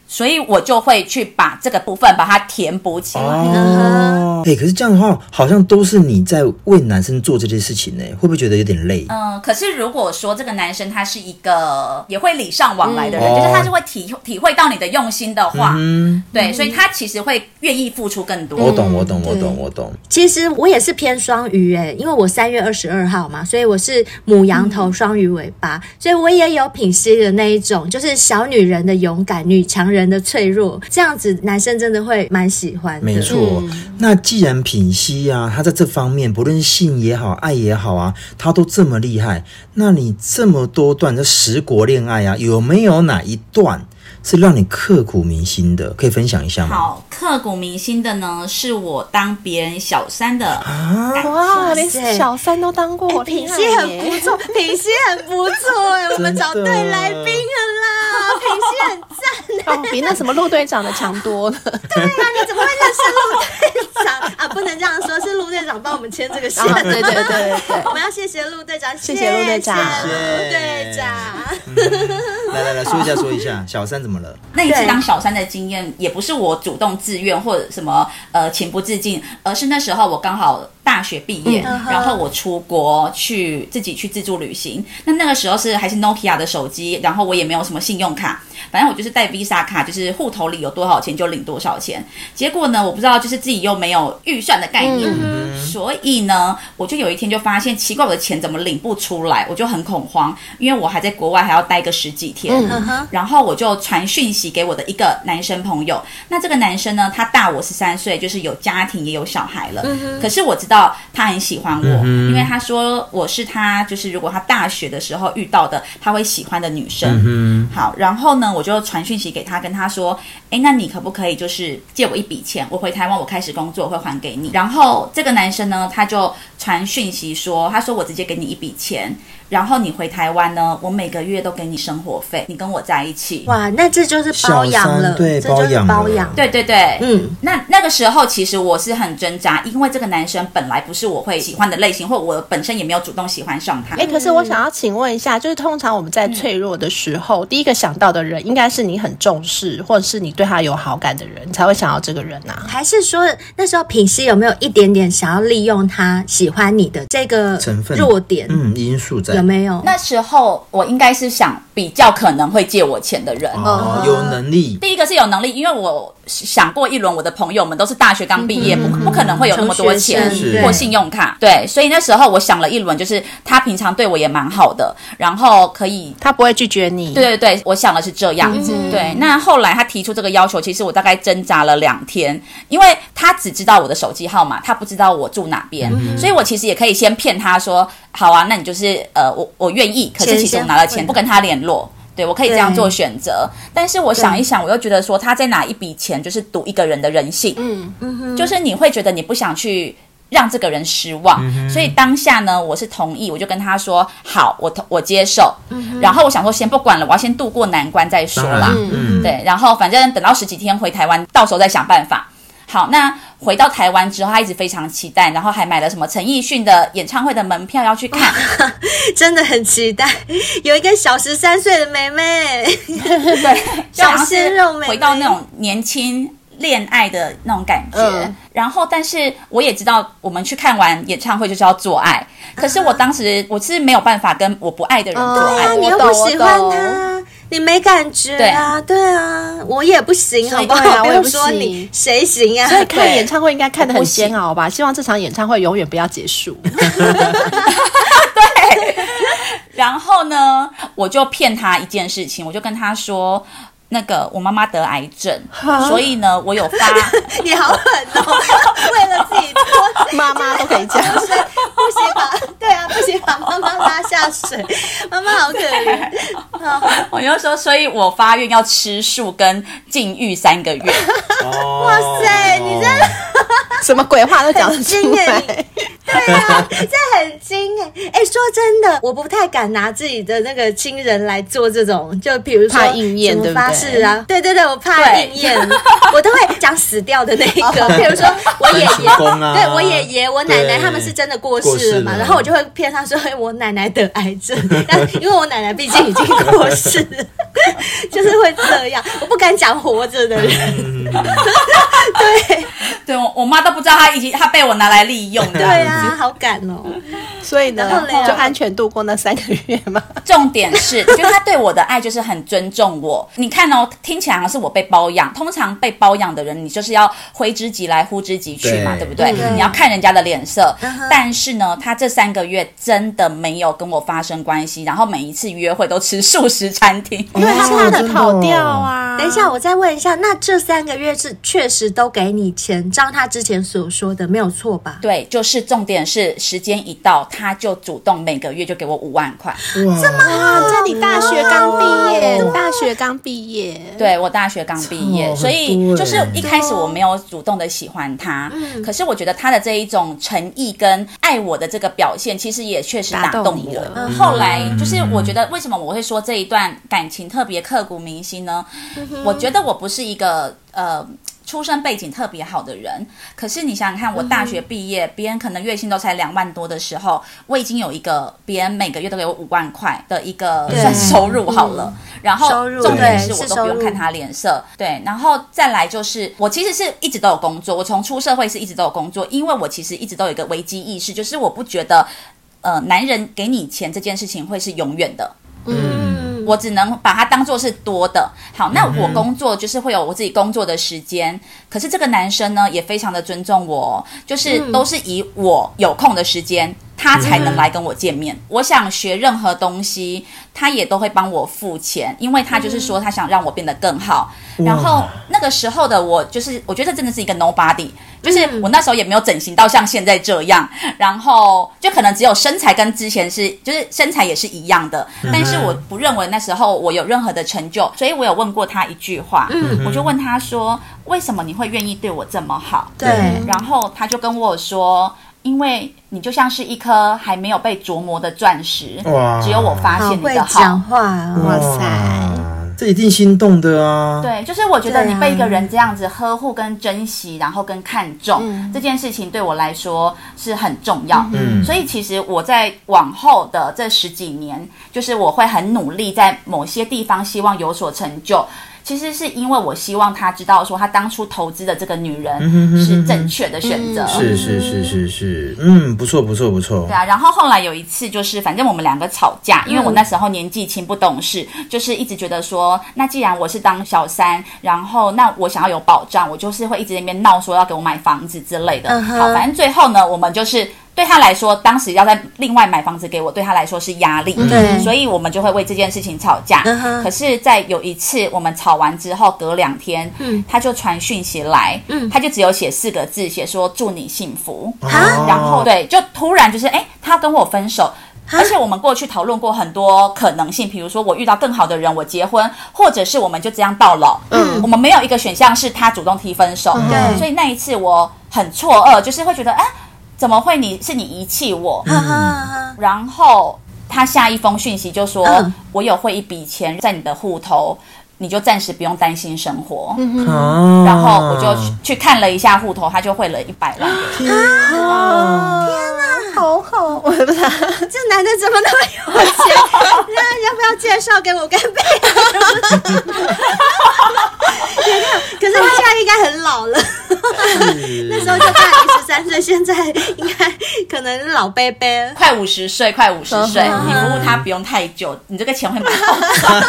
所以我就会去把这个部分把它填补起来。
哦，哎、可是这样的话，好像都是你在为男生做这些事情呢，会不会觉得有点累？
嗯，可是如果说这个男生他是一个也会礼尚往来的人，
嗯
就是他
哦嗯
是会体体会到你的用心的话，对，所以他其实会愿意付出更多。
我懂，我懂，
对
我懂，我懂。
其实我也是偏双鱼诶、因为我三月二十二号嘛，所以我是母羊头双鱼尾巴，所以我也有品析的那一种，就是小女人的勇敢，女强人的脆弱，这样子男生真的会蛮喜欢的。
没错，那既然品熙啊，他在这方面不论性也好，爱也好啊，他都这么厉害，那你这么多段这十国恋爱啊，有没有哪一段是让你刻骨铭心的？可以分享一下吗？
好，刻骨铭心的呢，是我当别人小三的感情。
哇，连
塞哎
小三都当过，
品
厉害
析
耶！
很不 错，品析很不错哎、我们找对来宾了啦，品 析很赞
哦， 比那什么陆队长的强多了。
啊！你怎么会认识陆队长啊？不能这样说，是陆队长帮我们牵这个线
然。后 哦对对对对对，
我们要谢谢陆队长，
谢谢陆队长
谢谢陆队长。
来来来说一下，说一下，小三怎么了？
那一次
对
当小三的经验，也不是我主动自愿或者什么呃情不自禁，而是那时候我刚好大学毕业，然后我出国去自己去自助旅行。那那个时候是还是 Nokia 的手机，然后我也没有什么信用卡，反正我就是带 Visa 卡，就是户头里有多少钱就领多少钱。结果呢，我不知道就是自己又没有预算的概念，所以呢，我就有一天就发现奇怪，我的钱怎么领不出来，我就很恐慌，因为我还在国外还要待个十几天。
嗯
嗯
然后我就传讯息给我的一个男生朋友。那这个男生呢，他大我十三岁，就是有家庭也有小孩了。可是我知道他很喜欢我，因为他说我是他，就是如果他大学的时候遇到的，他会喜欢的女生。好，然后呢，我就传讯息给他，跟他说，哎，那你可不可以就是借我一笔钱？我回台湾，我开始工作，我会还给你。然后这个男生呢，他就传讯息说，他说我直接给你一笔钱，然后你回台湾呢，我每个月都给你生活费，你跟我在一起。
哇，那这就是包养
小
了，
三对
这就是
包养了
包养。
对对对，
嗯，
那那个时候其实我是很挣扎，因为这个男生本来不是我会喜欢的类型，或我本身也没有主动喜欢上他。
哎，可是我想要请问一下，就是通常我们在脆弱的时候，第一个想到的人应该是你很重视，或者是你对他有好感的人，你才会想到这个人啊。
还是说那时候品熙有没有一点点想要利用他喜欢你的这个
成分
弱点？
嗯，因素在
有没有？
那时候我应该是想比较可能会借我钱的人。
哦，有能力
第一个是有能力，因为我想过一轮，我的朋友们都是大学刚毕业，不不可能会有那么多钱
穷
学生
或
对
信用卡。对，所以那时候我想了一轮，就是他平常对我也蛮好的，然后可以。
他不会拒绝你，
对，对对，我想的是这样子。对，那后来他提出这个要求，其实我大概挣扎了两天，因为他只知道我的手机号码，他不知道我住哪边，所以我其实也可以先骗他说，好啊，那你就是呃，我我愿意，可是
钱
其实我
先
拿了
汇
钱，不跟他联络。对，我可以这样
对
做选择，但是我想一想，我又觉得说他在拿一笔钱，就是赌一个人的人性，
嗯
就是你会觉得你不想去让这个人失望，
嗯
所以当下呢，我是同意，我就跟他说好，我同我接受，然后我想说先不管了，我要先渡过难关再说
当
啦
然，，嗯，
对，然后反正等到十几天回台湾，到时候再想办法。好，那回到台湾之后，他一直非常期待，然后还买了什么陈奕迅的演唱会的门票要去看，
真的很期待有一个小十三岁的妹妹，
对，就好像
小鲜
是
肉妹妹
回到那种年轻恋爱的那种感觉。
嗯
然后，但是我也知道，我们去看完演唱会就是要做爱。可是我当时我是没有办法跟我不爱的人做
对
爱
啊
啊，
的，
你又
我
不
懂我
喜欢
懂
他，你没感觉啊？对啊，我也不行，
所
好
以
不
对啊
好？不
我也
用
不
说
行
你，谁行啊？
所以看演唱会应该看得很
不行
煎熬吧？希望这场演唱会永远不要结束。
然后呢，我就骗他一件事情，我就跟他说。那个，我妈妈得癌症，所以呢，我 有发，
你好狠哦！为了自己脱
妈妈都可以这样，
水，不行把对啊，不行把妈妈拉下水，妈妈好可怜。
我就说，所以我发愿要吃素跟禁欲三个月。
嗯哇
塞你
真
什么鬼话都讲得出
很惊
来。
对啊，这很精哎、哎、说真的，我不太敢拿自己的那个亲人来做这种，就比如说
怕应验
什么
对不对
发誓啊，对对对，我怕
对
应验，我都会讲死掉的那一 个，比如说我爷
成
爷。
功啊！
对我爷爷、我奶奶
对
他们是真的过
过
世
世
了嘛，
了
然后我就会骗他说，哎，我奶奶得癌症， 但因为我奶奶毕竟已经过世了， 就是会这样，我不敢讲活着的 人，
对我，我妈都不知道她已经她被我拿来利用的。
对啊，好敢哦，
所以呢
然后嘞，
就安全度过那三个月嘛。
重点是， 就是他对我的爱就是很尊重我。你看哦，听起来好像是我被包养。通常被包养的人，你就是要挥之即来，呼之即去嘛，
对
对不对？
嗯
你要看人家的脸色。但是呢，他这三个月真的没有跟我发生关系，然后每一次约会都吃素食餐厅。
因为他怕
真
的
的
跑掉啊。
等一下，我再问一下，那这三个月是确实都给你钱，照他之前所说的没有错吧？
对，就是重点是时间一到，他就主动每个月就给我五万块。
哇，这么
啊，在你大学刚毕业，你大学刚毕业，
对我大学刚毕
差
业，
很
所以
多
就是
欸
一开始我没有主动的喜欢他，可是我觉得他的这一种诚意跟爱我的这个表现，其实也确实打
打动
动
你
我
了。
嗯后来就是我觉得为什么我会说这一段感情特别刻骨铭心呢？我觉得我不是一个呃。出身背景特别好的人，可是你想想看，
嗯
我大学毕业，别人可能月薪都才两万多的时候，我已经有一个别人每个月都给我五万块的一个算收入好了，然后
嗯收入
重点
对
是我
是
都不
收
用
入
看他。他脸色，对，然后再来就是我其实是一直都有工作，我从出社会是一直都有工作，因为我其实一直都有一个危机意识，就是我不觉得呃男人给你钱这件事情会是永远的，
嗯，
我只能把它当做是多的。好，那我工作就是会有我自己工作的时间，可是这个男生呢也非常的尊重我哦，就是都是以我有空的时间。他才能来跟我见面。我想学任何东西，他也都会帮我付钱，因为他就是说他想让我变得更好。然后那个时候的我，就是我觉得这真的是一个 nobody，就是我那时候也没有整形到像现在这样，然后就可能只有身材跟之前是，就是身材也是一样的，但是我不认为那时候我有任何的成就，所以我有问过他一句话，我就问他说，为什么你会愿意对我这么好？
对，
然后他就跟我说。因为你就像是一颗还没有被琢磨的钻石
哇，
只有我发
好
现你
会
的
讲
好。
话哦，
哇塞，
这一定心动的啊！
对，就是我觉得
对啊
你被一个人这样子呵护、跟珍惜，然后跟看重、这件事情，对我来说是很重要。
嗯
所以其实我在往后的这十几年，就是我会很努力，在某些地方希望有所成就。其实是因为我希望他知道，说他当初投资的这个女人是正确的选择。
是是是是是，嗯，不错不错不错
哦
对。啊，然后后来有一次就是，反正我们两个吵架，
嗯
因为我那时候年纪轻不懂事，就是一直觉得说，那既然我是当小三，然后那我想要有保障，我就是会一直在那边闹说要给我买房子之类的。
嗯哼
好，反正最后呢，我们就是。对他来说，当时要在另外买房子给我，对他来说是压力，
嗯对
所以我们就会为这件事情吵架。
嗯哼
可是，在有一次我们吵完之后，隔两天，
嗯
他就传讯息来，
嗯
他就只有写四个字，写说祝你幸福。
啊
然后对，就突然就是哎，他跟我分手。而且我们过去讨论过很多可能性，比如说我遇到更好的人，我结婚，或者是我们就这样到老。嗯，我们没有一个选项是他主动提分手。
对
所以那一次我很错愕，就是会觉得，哎，怎么会你是你遗弃我？
嗯
哈哈哈，
然后他下一封讯息就说，
嗯
我有汇一笔钱在你的户头，你就暂时不用担心生活。
啊
然后我就去去看了一下户头，他就汇了一百万给我。
啊
好好，啊我不知道。
这男的怎么那么有钱？ 要要不要介绍给我干杯？你 看，可是他现在应该很老了， 那时候就大你十三岁，现在应该可能是老贝贝。
快五十岁，快五十岁，
嗯
你服务他不用太久，你这个钱会蛮好赚。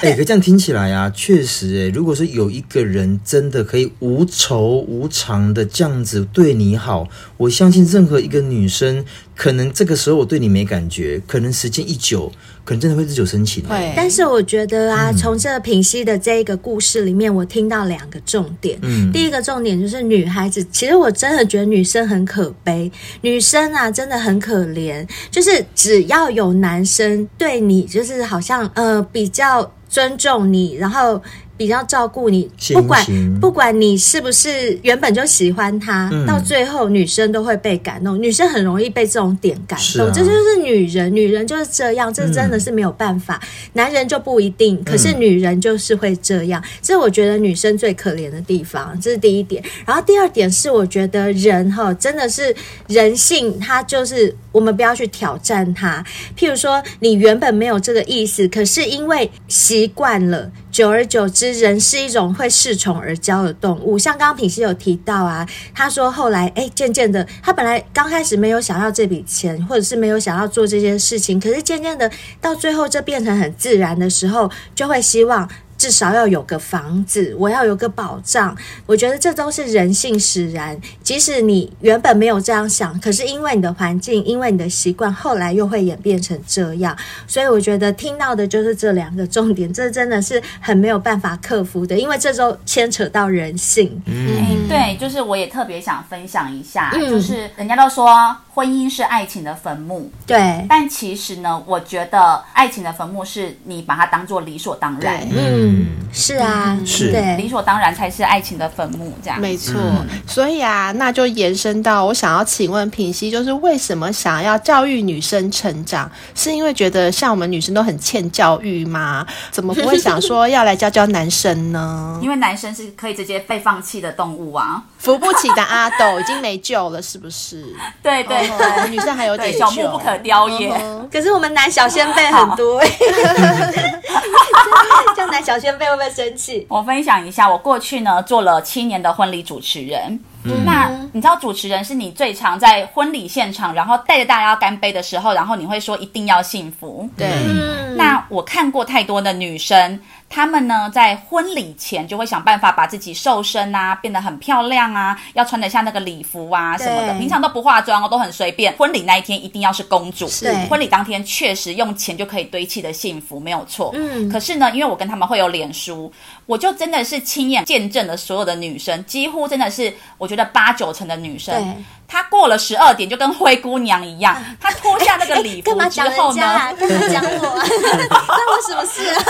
哎、可这样听起来啊，确实、哎，如果是有一个人真的可以无酬无偿的这样子对你好，我相信任何一个女生，可能这个时候我对你没感觉，可能时间一久，可能真的会日久生情、哎
会，
但是我觉得啊，从这品析的这一个故事里面，我听到两个重点。
嗯
第一个重点就是女孩子，其实我真的觉得女生很可悲，女生啊真的很可怜，就是只要有男生对你，就是好像呃比较尊重你，然后。比较照顾你，
先
不管
行
不管你是不是原本就喜欢他，
嗯
到最后女生都会被感动，女生很容易被这种点感
是
动，
啊嗯
这就是女人，女人就是这样，这真的是没有办法。男人就不一定，可是女人就是会这样，这我觉得女生最可怜的地方，这是第一点。然后第二点是，我觉得人哈真的是人性，它就是我们不要去挑战它。譬如说，你原本没有这个意思，可是因为习惯了。久而久之，人是一种会恃宠而骄的动物。像刚刚品熙有提到啊，他说后来哎，渐渐的，他本来刚开始没有想要这笔钱，或者是没有想要做这些事情，可是渐渐的到最后，这变成很自然的时候，就会希望。至少要有个房子，我要有个保障。我觉得这都是人性使然。即使你原本没有这样想，可是因为你的环境，因为你的习惯，后来又会演变成这样。所以我觉得听到的就是这两个重点，这真的是很没有办法克服的，因为这都牵扯到人性。
对，就是我也特别想分享一下，
嗯
就是人家都说婚姻是爱情的坟墓，
对，
但其实呢，我觉得爱情的坟墓是你把它当做理所当然，
对，
嗯，是啊，
是
理
对，
所当然才是爱情的坟墓，这样。
没错。所以啊，那就延伸到我想要请问品熙，就是为什么想要教育女生成长？是因为觉得像我们女生都很欠教育吗？怎么不会想说要来教教男生 呢？
因为男生是可以直接被放弃的动物啊，
扶不起的阿斗已经没救了，是不是？
对对
哦
对，
女生还有点哦
对小
救
木不可雕也。
可是我们男小先辈很多、欸， 这样男小先辈会不会生气？
我分享一下，我过去呢做了七年的婚礼主持人。那你知道主持人是你最常在婚礼现场，然后带着大家干杯的时候，然后你会说一定要幸福。
对，
嗯
那我看过太多的女生，她们呢在婚礼前就会想办法把自己瘦身啊，变得很漂亮啊，要穿得下那个礼服啊什么的。
对
平常都不化妆哦，都很随便。婚礼那一天一定要是公主，
是
对
婚礼当天确实用钱就可以堆砌的幸福，没有错。
嗯
可是呢，因为我跟他们会有脸书，我就真的是亲眼见证了所有的女生，几乎真的是我觉得八九成的女
对
生，她过了十二点就跟灰姑娘一样，她脱下那个
哎
礼 服
干嘛
之
讲
后
人
呢，
家啊？干嘛 讲我啊？关我什么事啊？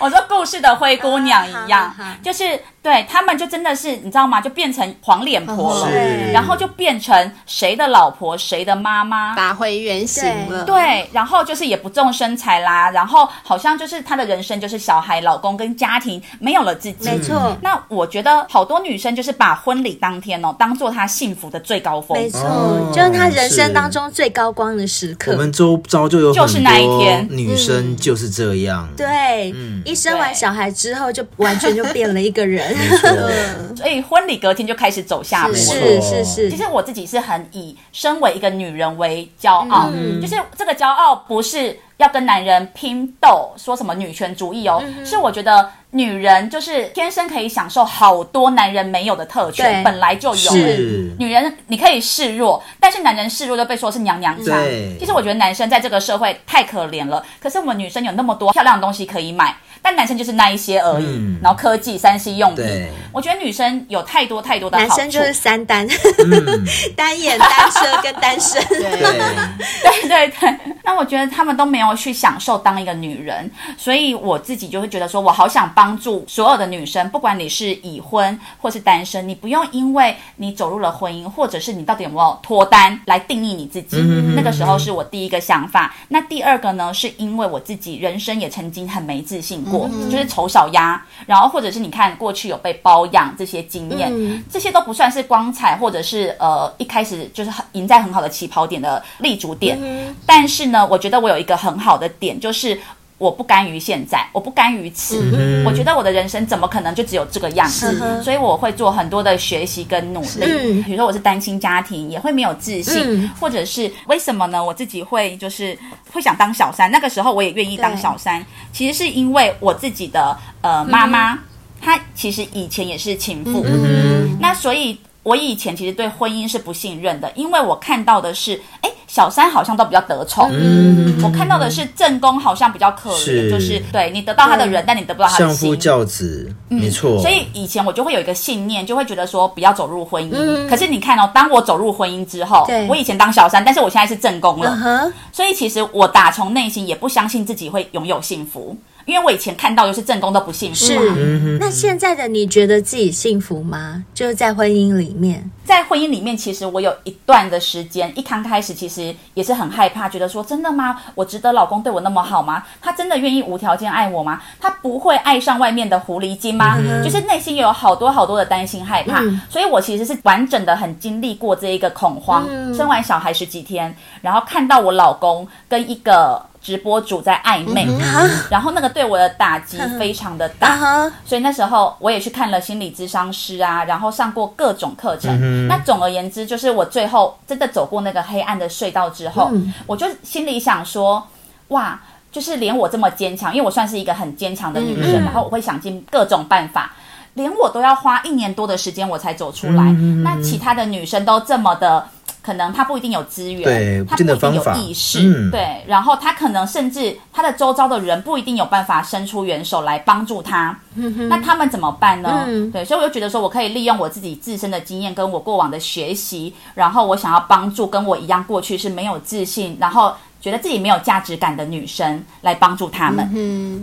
我说故事的灰姑娘一样
啊好好好，
就是对他们就真的是你知道吗？就变成黄脸婆
哦
了，
是
然后就变成谁的老婆谁的妈妈。
打回原形了。
对，然后就是也不重身材啦，然后好像就是她的人生就是小孩、老公跟家庭没有了自己。
没错，
那我觉得好多女生就是把婚礼当天哦，当做她幸福的最高峰。
没错
哦，
就是他人生
是
当中最高光的时刻。
我们周遭就有
就
很
是那一天
多女生就是这样，
对，
嗯
一生完
对
小孩之后，就完全就变了一个人。
没 错，
所以婚礼隔天就开始走下坡
没
了。
错
是是是，
嗯
其实我自己是很以身为一个女人为骄傲，
嗯
嗯
就是这个骄傲不是要跟男人拼斗，说什么女权主义哦，
嗯
是我觉得女人就是天生可以享受好多男人没有的特
对
权，本来就有。
是
女人你可以示弱，但是男人示弱就被说是娘娘腔
对。
其实我觉得男生在这个社会太可怜了，可是我们女生有那么多漂亮的东西可以买，但男生就是那一些而已。
嗯
然后科技、三 C 用品
对，
我觉得女生有太多太多的好
男
处。
生就是三单，
嗯
单眼、单奢跟单身。
对，
对对对， 那我觉得他们都没有去享受当一个女人，所以我自己就会觉得说，我好想帮助所有的女生，不管你是已婚或是单身，你不用因为你走入了婚姻，或者是你到底有没有脱单来定义你自己。那个时候是我第一个想法。那第二个呢，是因为我自己人生也曾经很没自信过，就是丑小鸭，然后或者是你看过去有被包养这些经
嗯
验，这些都不算是光彩，或者是呃一开始就是很赢在很好的起跑点的立足点。
嗯
但是呢，我觉得我有一个很好的点，就是我不甘于现在，我不甘于此。
嗯
我觉得我的人生怎么可能就只有这个样子？所以我会做很多的学习跟努力。
嗯
比如说我是单亲家庭，也会没有自信，
嗯
或者是为什么呢？我自己会就是会想当小三，那个时候我也愿意当
对嗯
小三，其实是因为我自己的呃妈妈，她其实以前也是情妇，那所以。我以前其实对婚姻是不信任的，因为我看到的是，哎，小三好像都比较得宠，我看到的是正宫好像比较可怜，
是
就是对你得到他的人，但你得不到他的
相
心。
夫教子，没错，
所以以前我就会有一个信念，就会觉得说不要走入婚姻。可是你看哦，当我走入婚姻之后
对，
我以前当小三，但是我现在是正宫了。
嗯哼，
所以其实我打从内心也不相信自己会拥有幸福，因为我以前看到就是正宫都不幸福嘛。
嗯
是。那现在的你觉得自己幸福吗？就是在婚姻里面，
在婚姻里面，其实我有一段的时间，一刚开始其实也是很害怕，觉得说真的吗？我值得老公对我那么好吗？他真的愿意无条件爱我吗？他不会爱上外面的狐狸精吗？就是内心有好多好多的担心害怕，所以我其实是完整的很经历过这一个恐慌。生完小孩十几天，然后看到我老公跟一个。直播主在暧昧，然后那个对我的打击非常的大，
啊哈，
所以那时候我也去看了心理咨商师啊，然后上过各种课程。那总而言之，就是我最后真的走过那个黑暗的隧道之后，我就心里想说，哇。就是连我这么坚强，因为我算是一个很坚强的女生，然后我会想尽各种办法，连我都要花一年多的时间我才走出来。
嗯
那其他的女生都这么的，可能她不一定有资源，
对
她
不见得
不一定
方
有
法
意识，
嗯
对，然后她可能甚至她的周遭的人不一定有办法伸出援手来帮助她。那他们怎么办呢？
嗯
对，所以我就觉得说我可以利用我自己自身的经验跟我过往的学习，然后我想要帮助跟我一样过去是没有自信，然后觉得自己没有价值感的女生来帮助她们。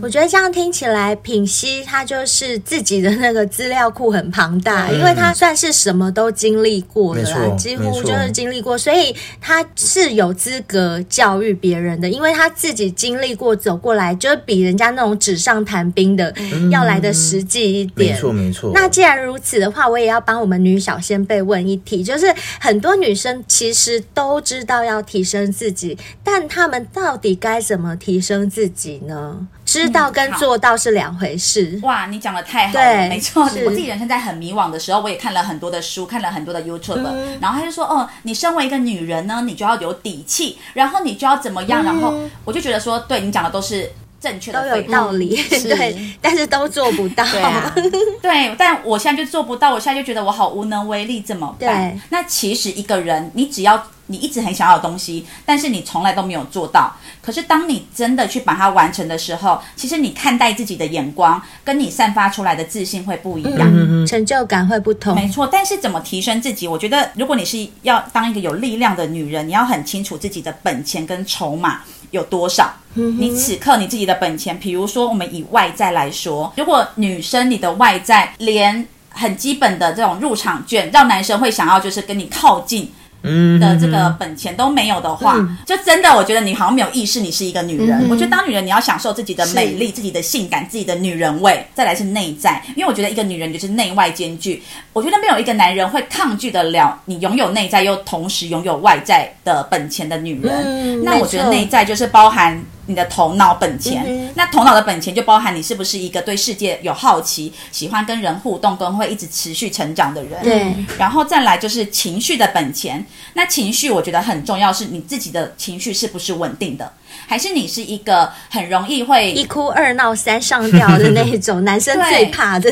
我觉得这样听起来，品熙她就是自己的那个资料库很庞大，因为她算是什么都经历过了
嗯没
啦
错，
几
没
乎
错
就是经历过，所以她是有资格教育别人的，因为她自己经历过走过来，就是比人家那种纸上谈兵的、
嗯
要来的实际一
没
点。
错没错，
那既然如此的话，我也要帮我们女小先辈问一题，就是很多女生其实都知道要提升自己，但她们到底该怎么提升自己呢？知道跟做到是两回事。
嗯
哇，你讲的太好了，
对
没错，我
是
自己人生在很迷惘的时候，我也看了很多的书，看了很多的 YouTube，、然
嗯
后他就说，哦，你身为一个女人呢，你就要有底气，然后你就要怎么样，然后我就觉得说，对你讲的都是正确的
嗯都有
废话，
道理，对，但是都做不到。
嗯 对啊，对，但我现在就做不到，我现在就觉得我好无能为力，怎么办
对？
那其实一个人，你只要你一直很想要的东西，但是你从来都没有做到。可是当你真的去把它完成的时候，其实你看待自己的眼光，跟你散发出来的自信会不一
嗯
样。
嗯
成就感会不同。
没错，但是怎么提升自己？我觉得，如果你是要当一个有力量的女人，你要很清楚自己的本钱跟筹码有多少。你此刻你自己的本钱，比如说我们以外在来说，如果女生你的外在连很基本的这种入场券，让男生会想要就是跟你靠近。的这个本钱都没有的话，
嗯
就真的我觉得你好像没有意识你是一个女人。我觉得当女人，你要享受自己的美
嗯
丽、自己的性感、自己的女人味，再来是内在，因为我觉得一个女人就是内外兼具。我觉得没有一个男人会抗拒得了你拥有内在又同时拥有外在的本钱的女人。那我觉得
嗯没错嗯
内在就是包含你的头脑本钱，那头脑的本钱就包含你是不是一个对世界有好奇、喜欢跟人互动、跟会一直持续成长的人。
对，
然后再来就是情绪的本钱。那情绪我觉得很重要，是你自己的情绪是不是稳定的，还是你是一个很容易
一
会
哭二闹三上吊的那一种，男生最怕的。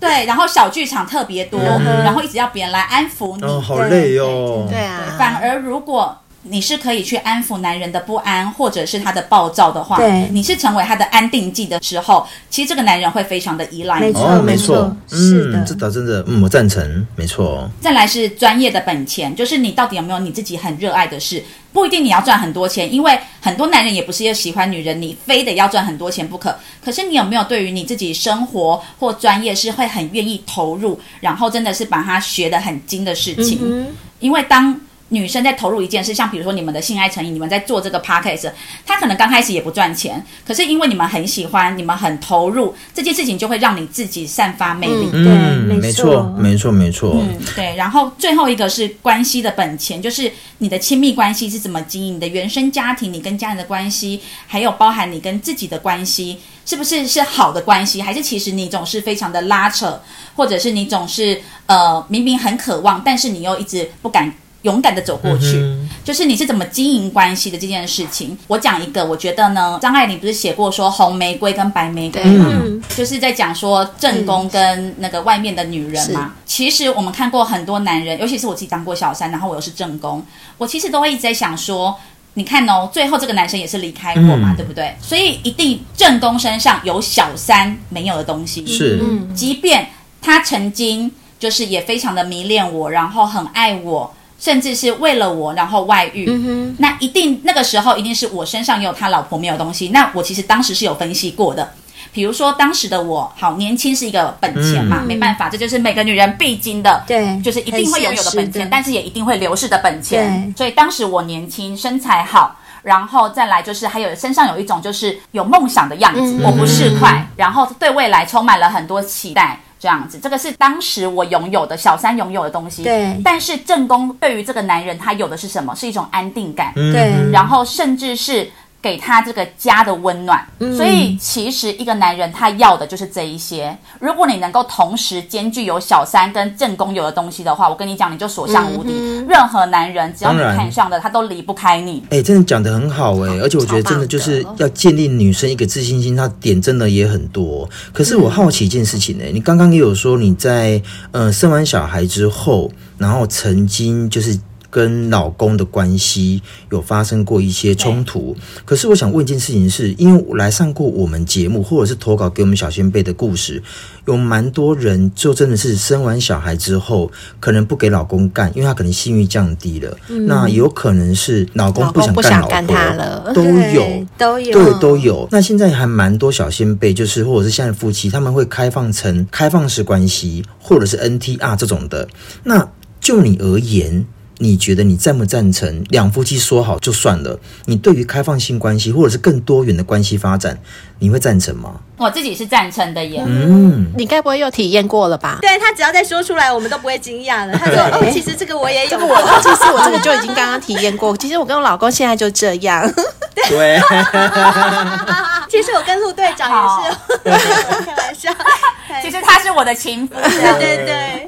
对，然后小剧场特别多，然后一直要别人来安抚你。
哦，好累哦。
对
对
啊，
反而如果你是可以去安抚男人的不安，或者是他的暴躁的话，
对
你是成为他的安定剂的时候，其实这个男人会非常的依赖
没
你。
错
哦，没错，
没错是的
嗯，这倒真的，嗯，我赞成，没错，
再来是专业的本钱，就是你到底有没有你自己很热爱的事，不一定你要赚很多钱，因为很多男人也不是也喜欢女人，你非得要赚很多钱不可。可是你有没有对于你自己生活或专业是会很愿意投入，然后真的是把它学得很精的事情？
嗯，
因为当女生在投入一件事，像比如说你们的性爱成瘾，你们在做这个 podcast，她可能刚开始也不赚钱，可是因为你们很喜欢，你们很投入，这件事情就会让你自己散发魅力。
对
嗯，
没
没
错
错，没错，没错，
嗯，对。然后最后一个是关系的本钱，就是你的亲密关系是怎么经营，你的原生家庭，你跟家人的关系，还有包含你跟自己的关系，是不是是好的关系，还是其实你总是非常的拉扯，或者是你总是呃明明很渴望，但是你又一直不敢勇敢的走过去。就是你是怎么经营关系的这件事情。我讲一个，我觉得呢，张爱玲不是写过说红玫瑰跟白玫
嗯
瑰
对
吗？就是在讲说正宫跟那个外面的女人嘛。其实我们看过很多男人，尤其是我自己当过小三，然后我又是正宫，我其实都会一直在想说。你看哦，最后这个男生也是离开我嘛，
嗯
对不对？所以一定正宫身上有小三没有的东西。
是，
嗯
即便他曾经就是也非常的迷恋我，然后很爱我，甚至是为了我然后外遇，
嗯
那一定那个时候一定是我身上有他老婆没有东西。那我其实当时是有分析过的。比如说，当时的我好年轻是一个本钱嘛，没办法，这就是每个女人必经的，
嗯对
就是一定会拥有的
很
本
现实的
钱，但是也一定会流逝的本钱。所以当时我年轻，身材好，然后再来就是还有身上有一种就是有梦想的样子，我不是快，然后对未来充满了很多期待。这样子，这个是当时我拥有的小三拥有的东西。
对
但是正宫对于这个男人，他有的是什么？是一种安定感。
嗯
对，
然后甚至是给他这个家的温暖。所以其实一个男人他要的就是这一些。如果你能够同时兼具有小三跟正宫有的东西的话，我跟你讲，你就所向无敌。任何男人只要你
当然
看上的，他都离不开你。
哎、真的讲得很好哎、而且我觉得真的就是要建立女生一个自信心，她点真的也很多。可是我好奇一件事情呢、哎你刚刚也有说你在呃生完小孩之后，然后曾经就是跟老公的关系有发生过一些冲突。可是我想问一件事情是，因为我来上过我们节目，或者是投稿给我们小先辈的故事，有蛮多人就真的是生完小孩之后，可能不给老公干，因为他可能性欲降低了，那有可能是老公不想干老
老公不想干
婆
他了
都
对
有。
都有，
对，都有。那现在还蛮多小先辈，就是或者是现在夫妻，他们会开放成开放式关系，或者是 NTR 这种的。那就你而言，你觉得你赞不赞成两夫妻说好就算了？你对于开放性关系，或者是更多元的关系发展，你会赞成吗？
我自己是赞成的耶。
嗯，
你该不会又体验过了吧？
对他只要再说出来，我们都不会惊讶了。他说：“哦，其实这个我也有。”
我哦其实我这个就已经刚刚体验过，其 实我跟我老公现在就这样，
对，
其实我跟陆队长也是 开玩笑，
其实他是我的情夫。
对对对，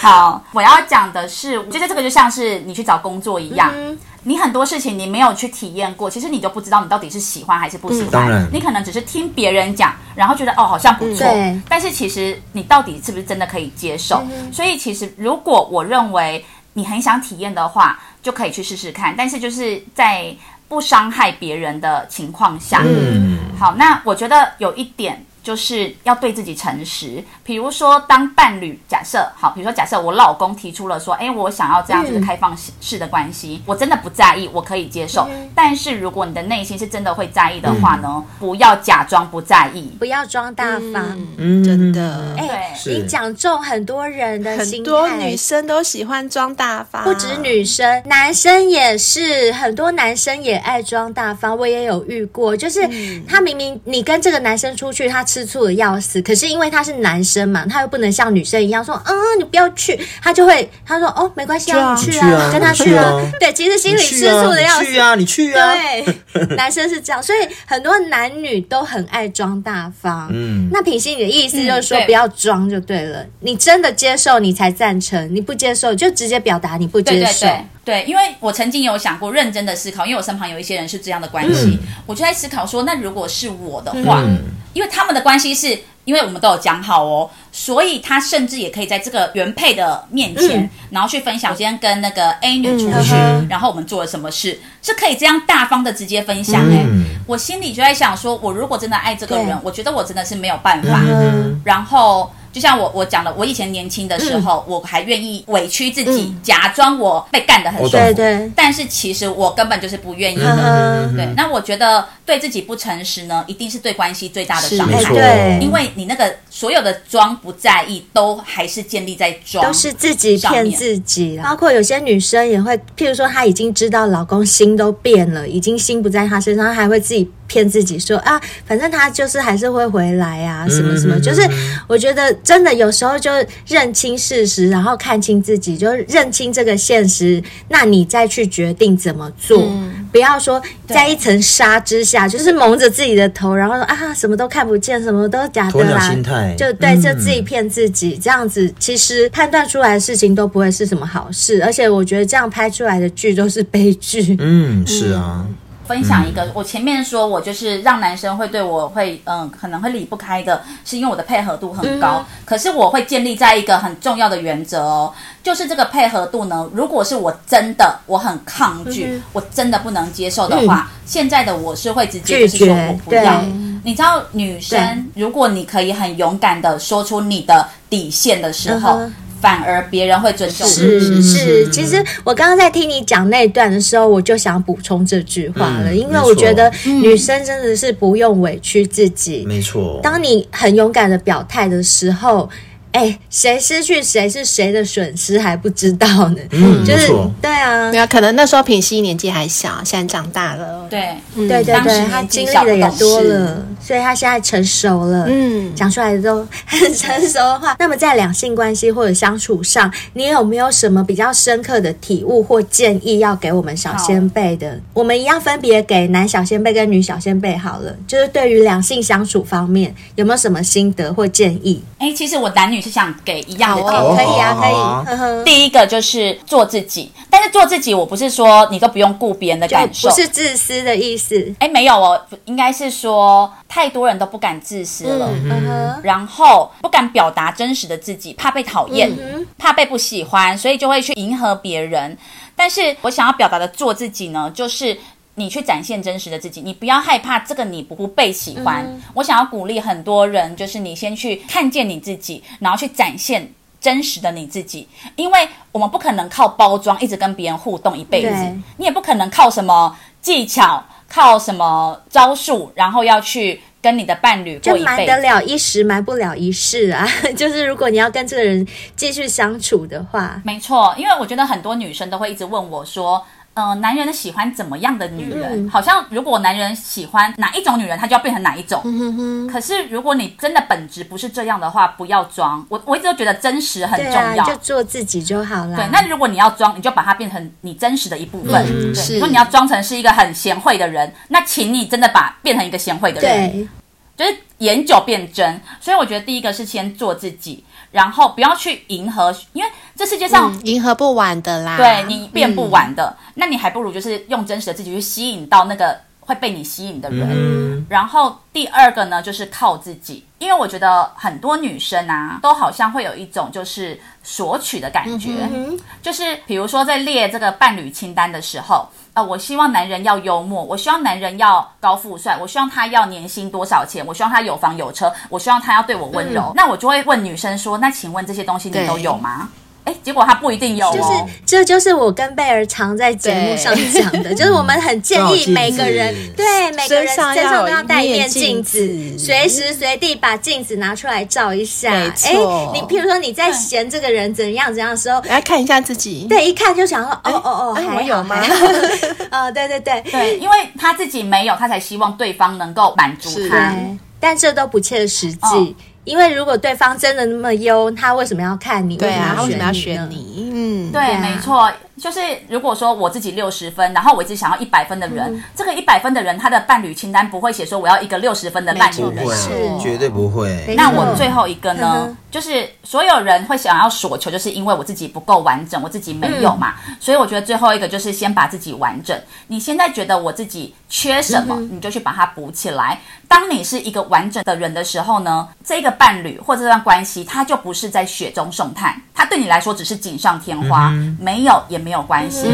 好，我要讲的是，我觉得这个就像是你去找工作一样。
嗯
你很多事情你没有去体验过，其实你就不知道你到底是喜欢还是不喜欢。
嗯当然
你可能只是听别人讲，然后觉得哦好像不错，
嗯对嗯
但是其实你到底是不是真的可以接受？所以其实如果我认为你很想体验的话，就可以去试试看，但是就是在不伤害别人的情况下。
嗯，
好，那我觉得有一点就是要对自己诚实。比如说，当伴侣假设好，比如说假设我老公提出了说，哎，我想要这样子的开放式式的关系，我真的不在意，我可以接受。但是如果你的内心是真的会在意的话呢，不要假装不在意。
不要装大方。
嗯，
真的，
哎、
对
你讲中很多人的心态，
很多女生都喜欢装大方，
不
啊
止女生，男生也是，很多男生也爱装大方，我也有遇过，就是
嗯
他明明你跟这个男生出去，他吃醋的要死，可是因为他是男生嘛，他又不能像女生一样说，嗯，你不要去，他就会他说哦，没关系啊，你
去
去
啊
啊，跟他
去啊去啊
对，其实心
你
里
去
吃醋的要
啊，你去
死。
啊，你去啊，
对，男生是这样，所以很多男女都很爱装大方。
嗯，
那品心，你的意思就是说
嗯对
不要装就对了，你真的接受你才赞成，你不接受就直接表达你不
对
接
对
受。
对对，因为我曾经有想过认真的思考，因为我身旁有一些人是这样的关系，我就在思考说，那如果是我的话，
嗯
因为他们的关系是因为我们都有讲好哦，所以他甚至也可以在这个原配的面前，然后去分享我今天跟那个 A 女出去，然后我们做了什么事，是可以这样大方的直接分享哎、我心里就在想说，我如果真的爱这个
对
人，我觉得我真的是没有办法。
嗯
然后就像我我讲的，我以前年轻的时候，我还愿意委屈自己，假装我被干得很
我
舒
懂
对
服，
对，
但是其实我根本就是不愿意
嗯
的。
哼，
对，那我觉得对自己不诚实呢，一定是对关系最大的伤
没
害
哎
错，。
对
因为你那个所有的装不在意，都还是建立在装，
都是自己骗自己啦。包括有些女生也会，譬如说她已经知道老公心都变了，已经心不在她身上，她还会自己骗自己说啊，反正他就是还是会回来啊，什么什么。
嗯
就是我觉得真的有时候就认清事实，然后看清自己，就认清这个现实，那你再去决定怎么做。不要说在一层纱之下，就是蒙着自己的头，然后说啊，什么都看不见，什么都假
鸵
的
鸟
啦，
心态，
就对，
嗯
就自己骗自己，这样子其实判断出来的事情都不会是什么好事，而且我觉得这样拍出来的剧都是悲剧。
嗯，是啊，
分享一
嗯
个，我前面说我就是让男生会对我会嗯，可能会离不开的，是因为我的配合度很高。
嗯
可是我会建立在一个很重要的原则哦，就是这个配合度呢，如果是我真的我很抗拒，
嗯
我真的不能接受的话，现在的我是会直接就
拒
是
绝
说我不要
对。
你知道，女生如果你可以很勇敢的说出你的底线的时候，
嗯哼
反而别人会尊重你。
嗯
是是，其实我刚刚在听你讲那一段的时候，我就想补充这句话了，
嗯
因为
没
我觉
错
得女生真的是不用委屈自己，
没错，
当你很勇敢的表态的时候，哎，谁失去谁是谁的损失还不知道呢，
嗯
就是
没错
对啊
没，有，可能那时候品熙年纪还小，现在长大了。
对，
对对
当时
对，
年
嗯他
纪
经历
小
的
不
也
懂
多
事
了，所以他现在成熟了。
嗯，
讲出来的都 很成熟的话，那么在两性关系或者相处上，你有没有什么比较深刻的体悟或建议要给我们小先辈的？我们一样分别给男小先辈跟女小先辈好了，就是对于两性相处方面有没有什么心得或建议？
哎、其实我男女是想给一样的建议。
哦
可以啊，
好
可以，
啊
呵呵，
第一个就是做自己，但是做自己，我不是说你都不用顾别人的感
就
受，
不是自私的意思。
哎，没有哦，应该是说太多人都不敢自私了，
嗯哼，
然后不敢表达真实的自己，怕被讨厌，
嗯
怕被不喜欢，所以就会去迎合别人。但是我想要表达的做自己呢，就是。你去展现真实的自己，你不要害怕这个你不被喜欢。
嗯
我想要鼓励很多人，就是你先去看见你自己，然后去展现真实的你自己，因为我们不可能靠包装一直跟别人互动一辈子
对，
你也不可能靠什么技巧、靠什么招数，然后要去跟你的伴侣
就
过一
瞒
辈
得
子。
了一时，瞒不了一世啊！ 就是如果你要跟这个人继续相处的话，
没错，因为我觉得很多女生都会一直问我说。嗯、男人的喜欢怎么样的女
嗯
人？好像如果男人喜欢哪一种女人，他就要变成哪一种。
嗯
可是如果你真的本质不是这样的话，不要装。我我一直都觉得真实很
对
重
啊，
要。
就做自己就好啦。
对，那如果你要装，你就把它变成你真实的一部分。
嗯
对，
是
如果你要装成是一个很贤惠的人，那请你真的把变成一个贤惠的人。
对，
就是研究变真。所以我觉得第一个是先做自己，然后不要去迎合，因为这世界上、
嗯迎合不完的
啊
啦。
对你变不完的，
嗯
那你还不如就是用真实的自己去吸
嗯
引到那个会被你吸引的人。然后第二个呢，就是靠自己。一因为我觉得很多女生啊，都好像会有一种就是索取的感觉，
嗯
就是比如说在列这个伴侣清单的时候，呃，我希望男人要幽默，我希望男人要高富帅，我希望他要年薪多少钱，我希望他有房有车，我希望他要对我温柔。
嗯
那我就会问女生说：“那请问这些东西你都有吗？”哎，结果他不一定有哦。
就是这就是我跟贝尔常在节目上讲的，就是我们很建
要有
议
镜
每个人
子
对每个人
身上
身上
要
都
有
要带一面镜
一面
子，
镜子
随时随地把镜子拿出来照一下。
没
哎
错，
你譬如说你在嫌这个人怎样怎样的时候。
来看一下自己。
对，一看就想说，哦哦哦，
哎我
还
有
好
吗
还好。 哦，对对对，
对，因为他自己没有，他才希望对方能够满足
是
他。
对，但这都不切实际。
哦
因为如果对方真的那么优，他为什么要看你？
对啊，为
为
什么要
呢
选？你？嗯，
对，
啊
没错，就是如果说我自己六十分，然后我一直想要一百分的
嗯
人，这个一百分的人，他的伴侣清单不会写说我要一个六十分的伴侣
没
不
错
人
没。错
会，绝对不会
没。
那
错
我最后一个呢，
嗯哼
就是所有人会想要索求，就是因为我自己不够完整，我自己没有嘛，所以我觉得最后一个就是先把自己完整。你现在觉得我自己缺什么，你就去把它补起来。当你是一个完整的人的时候呢，这个伴侣或这段关系，它就不是在雪中送炭，它对你来说只是锦上添花，
嗯
没有也没有关系。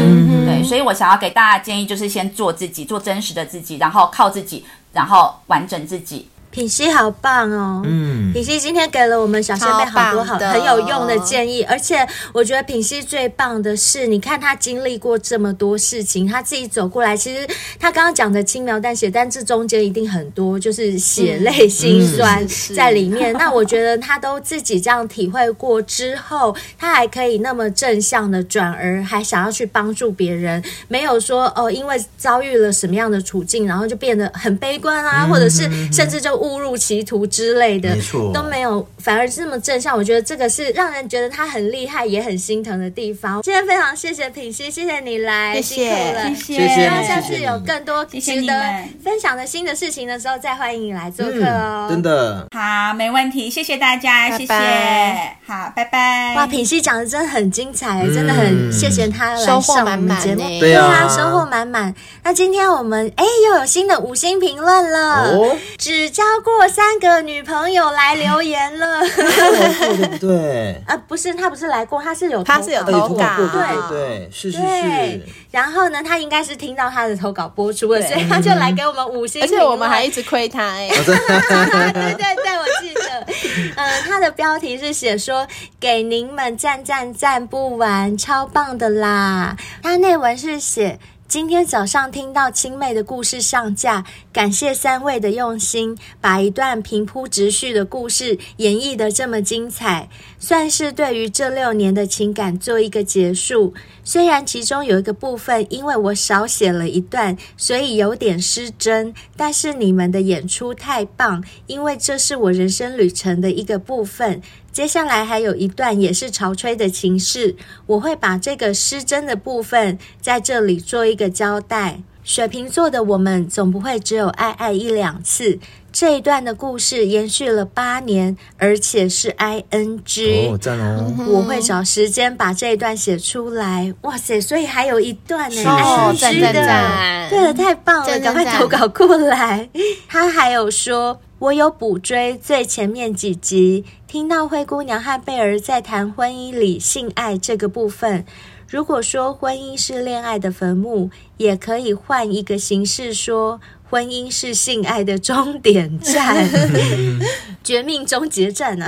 对，所以我想要给大家建议，就是先做自己，做真实的自己，然后靠自己，然后完整自己。
品熙好棒哦，
嗯，
品熙今天给了我们小仙贝好多好
超棒的
很有用的建议，而且我觉得品熙最棒的是，你看他经历过这么多事情，他自己走过来。其实他刚刚讲的轻描淡写，但这中间一定很多就是血泪辛酸在里面。那我觉得他都自己这样体会过之后，他还可以那么正向的转而还想要去帮助别人，没有说哦、因为遭遇了什么样的处境，然后就变得很悲观啊，或者是甚至就误入歧途之类的，
没错
都没有，反而这么正向，我觉得这个是让人觉得他很厉害，也很心疼的地方。今天非常谢谢品熙，谢谢你来，
谢谢
辛苦了。
谢
谢
希
谢
望下次有更多
谢谢
值
你
得
们
分享的新的事情的时候，再欢迎你来做客哦
嗯，。真的。
好，没问题，谢谢大家，
拜
谢
拜
谢，好，拜拜。
哇，品熙讲的真的很精彩，真的很谢谢他来
收获
上我
满
们
满
节目
呢，
嗯对啊
收获满满。那今天我们哎又有新的五星评论了，
哦，
只交过三个女朋友来留言了，
对不对？
啊不是他不是来过，他是有
他是有
投
哎，
稿
投
投稿过，
稿
对对对，是是
对
是，，
然后呢，他应该是听到他的投稿播出了，
对
所以他就来给我们五星
而
评
且
论，
我们还一直 亏他哎、
哦我真的
对对对，我记得。嗯，它的标题是写说“给您们赞赞赞不完，超棒的啦”。它内文是写。今天早上听到青妹的故事上架，感谢三位的用心，把一段平铺直叙的故事演绎的这么精彩，算是对于这六年的情感做一个结束。虽然其中有一个部分因为我少写了一段，所以有点失真，但是你们的演出太棒，因为这是我人生旅程的一个部分。接下来还有一段也是潮吹的情事，我会把这个失真的部分在这里做一个交代。水瓶座的我们总不会只有爱爱一两次。这一段的故事延续了八年，而且是 I N G。
哦，赞哦，
我会找时间把这一段写出来。哇塞，所以还有一段呢，
是
哎
哦，
是
赞
真
是
赞
的，
赞！
对了，太棒了，
赞
赶
赞
快
赞
投稿过来。 他还有说，我有补追最前面几集，听到灰姑娘和贝儿在谈婚姻里性爱这个部分。如果说婚姻是恋爱的坟墓，也可以换一个形式说，婚姻是性爱的终点站， 绝命终结站啊！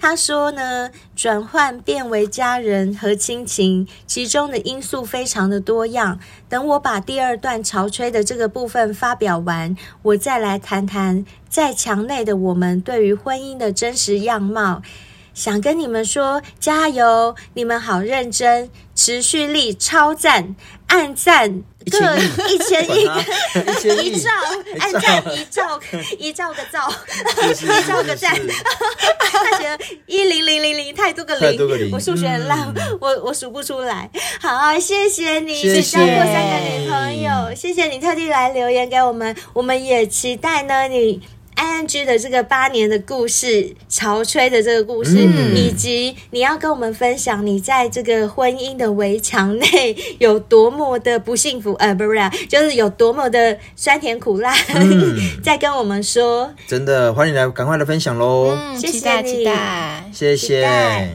他说呢，转换变为家人和亲情，其中的因素非常的多样。等我把第二段潮吹的这个部分发表完，我再来谈谈在墙内的我们对于婚姻的真实样貌。想跟你们说，加油！你们好认真，持续力超赞，按赞各一千一个。
一千亿
一兆，按赞一 兆，一兆个兆， 一兆个赞。他觉得一零零零零太多个零，
太多个零嗯
我数学很烂，我我数不出来。好，谢谢你，
谢谢
只交过三个女朋友，谢谢你特地来留言给我们，我们也期待呢你。爱 ING 的这个八年的故事，潮吹的这个故事，
嗯
以及你要跟我们分享你在这个婚姻的围墙内有多么的不幸福，呃，不是啊，就是有多么的酸甜苦辣， 再跟我们说。
真的欢迎来，赶快来分享喽！
嗯，
谢谢
期待
你
期待，
谢
期
谢，
待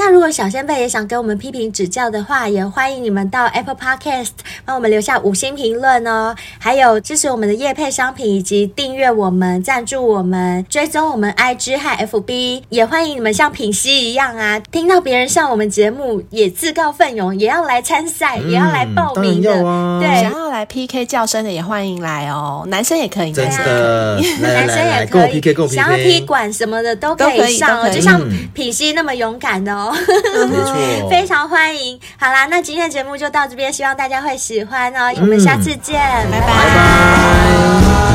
那如果小先辈也想跟我们批评指教的话，也欢迎你们到 Apple Podcast 帮我们留下五星评论哦，还有支持我们的业配商品，以及订阅我们、赞助我们、追踪我们 IG 和 FB，也欢迎你们像品熙一样啊，听到别人上我们节目也自告奋勇，也要来参赛，也要来报名
嗯当
的，
然要啊
对，
想要来 PK 叫声的也欢迎来哦，男生也可以，
真
男生也可 以
的，来
男
来
生
来
也
来，跟
可
我
以，
PK，跟我 PK，
想要踢馆什么的都可
都可以
上
都
哦，
可以
就像
嗯
品熙那么勇敢的哦。
没错，
非常欢迎。好啦，那今天的节目就到这边，希望大家会喜欢哦。我们下次见，拜拜
拜拜。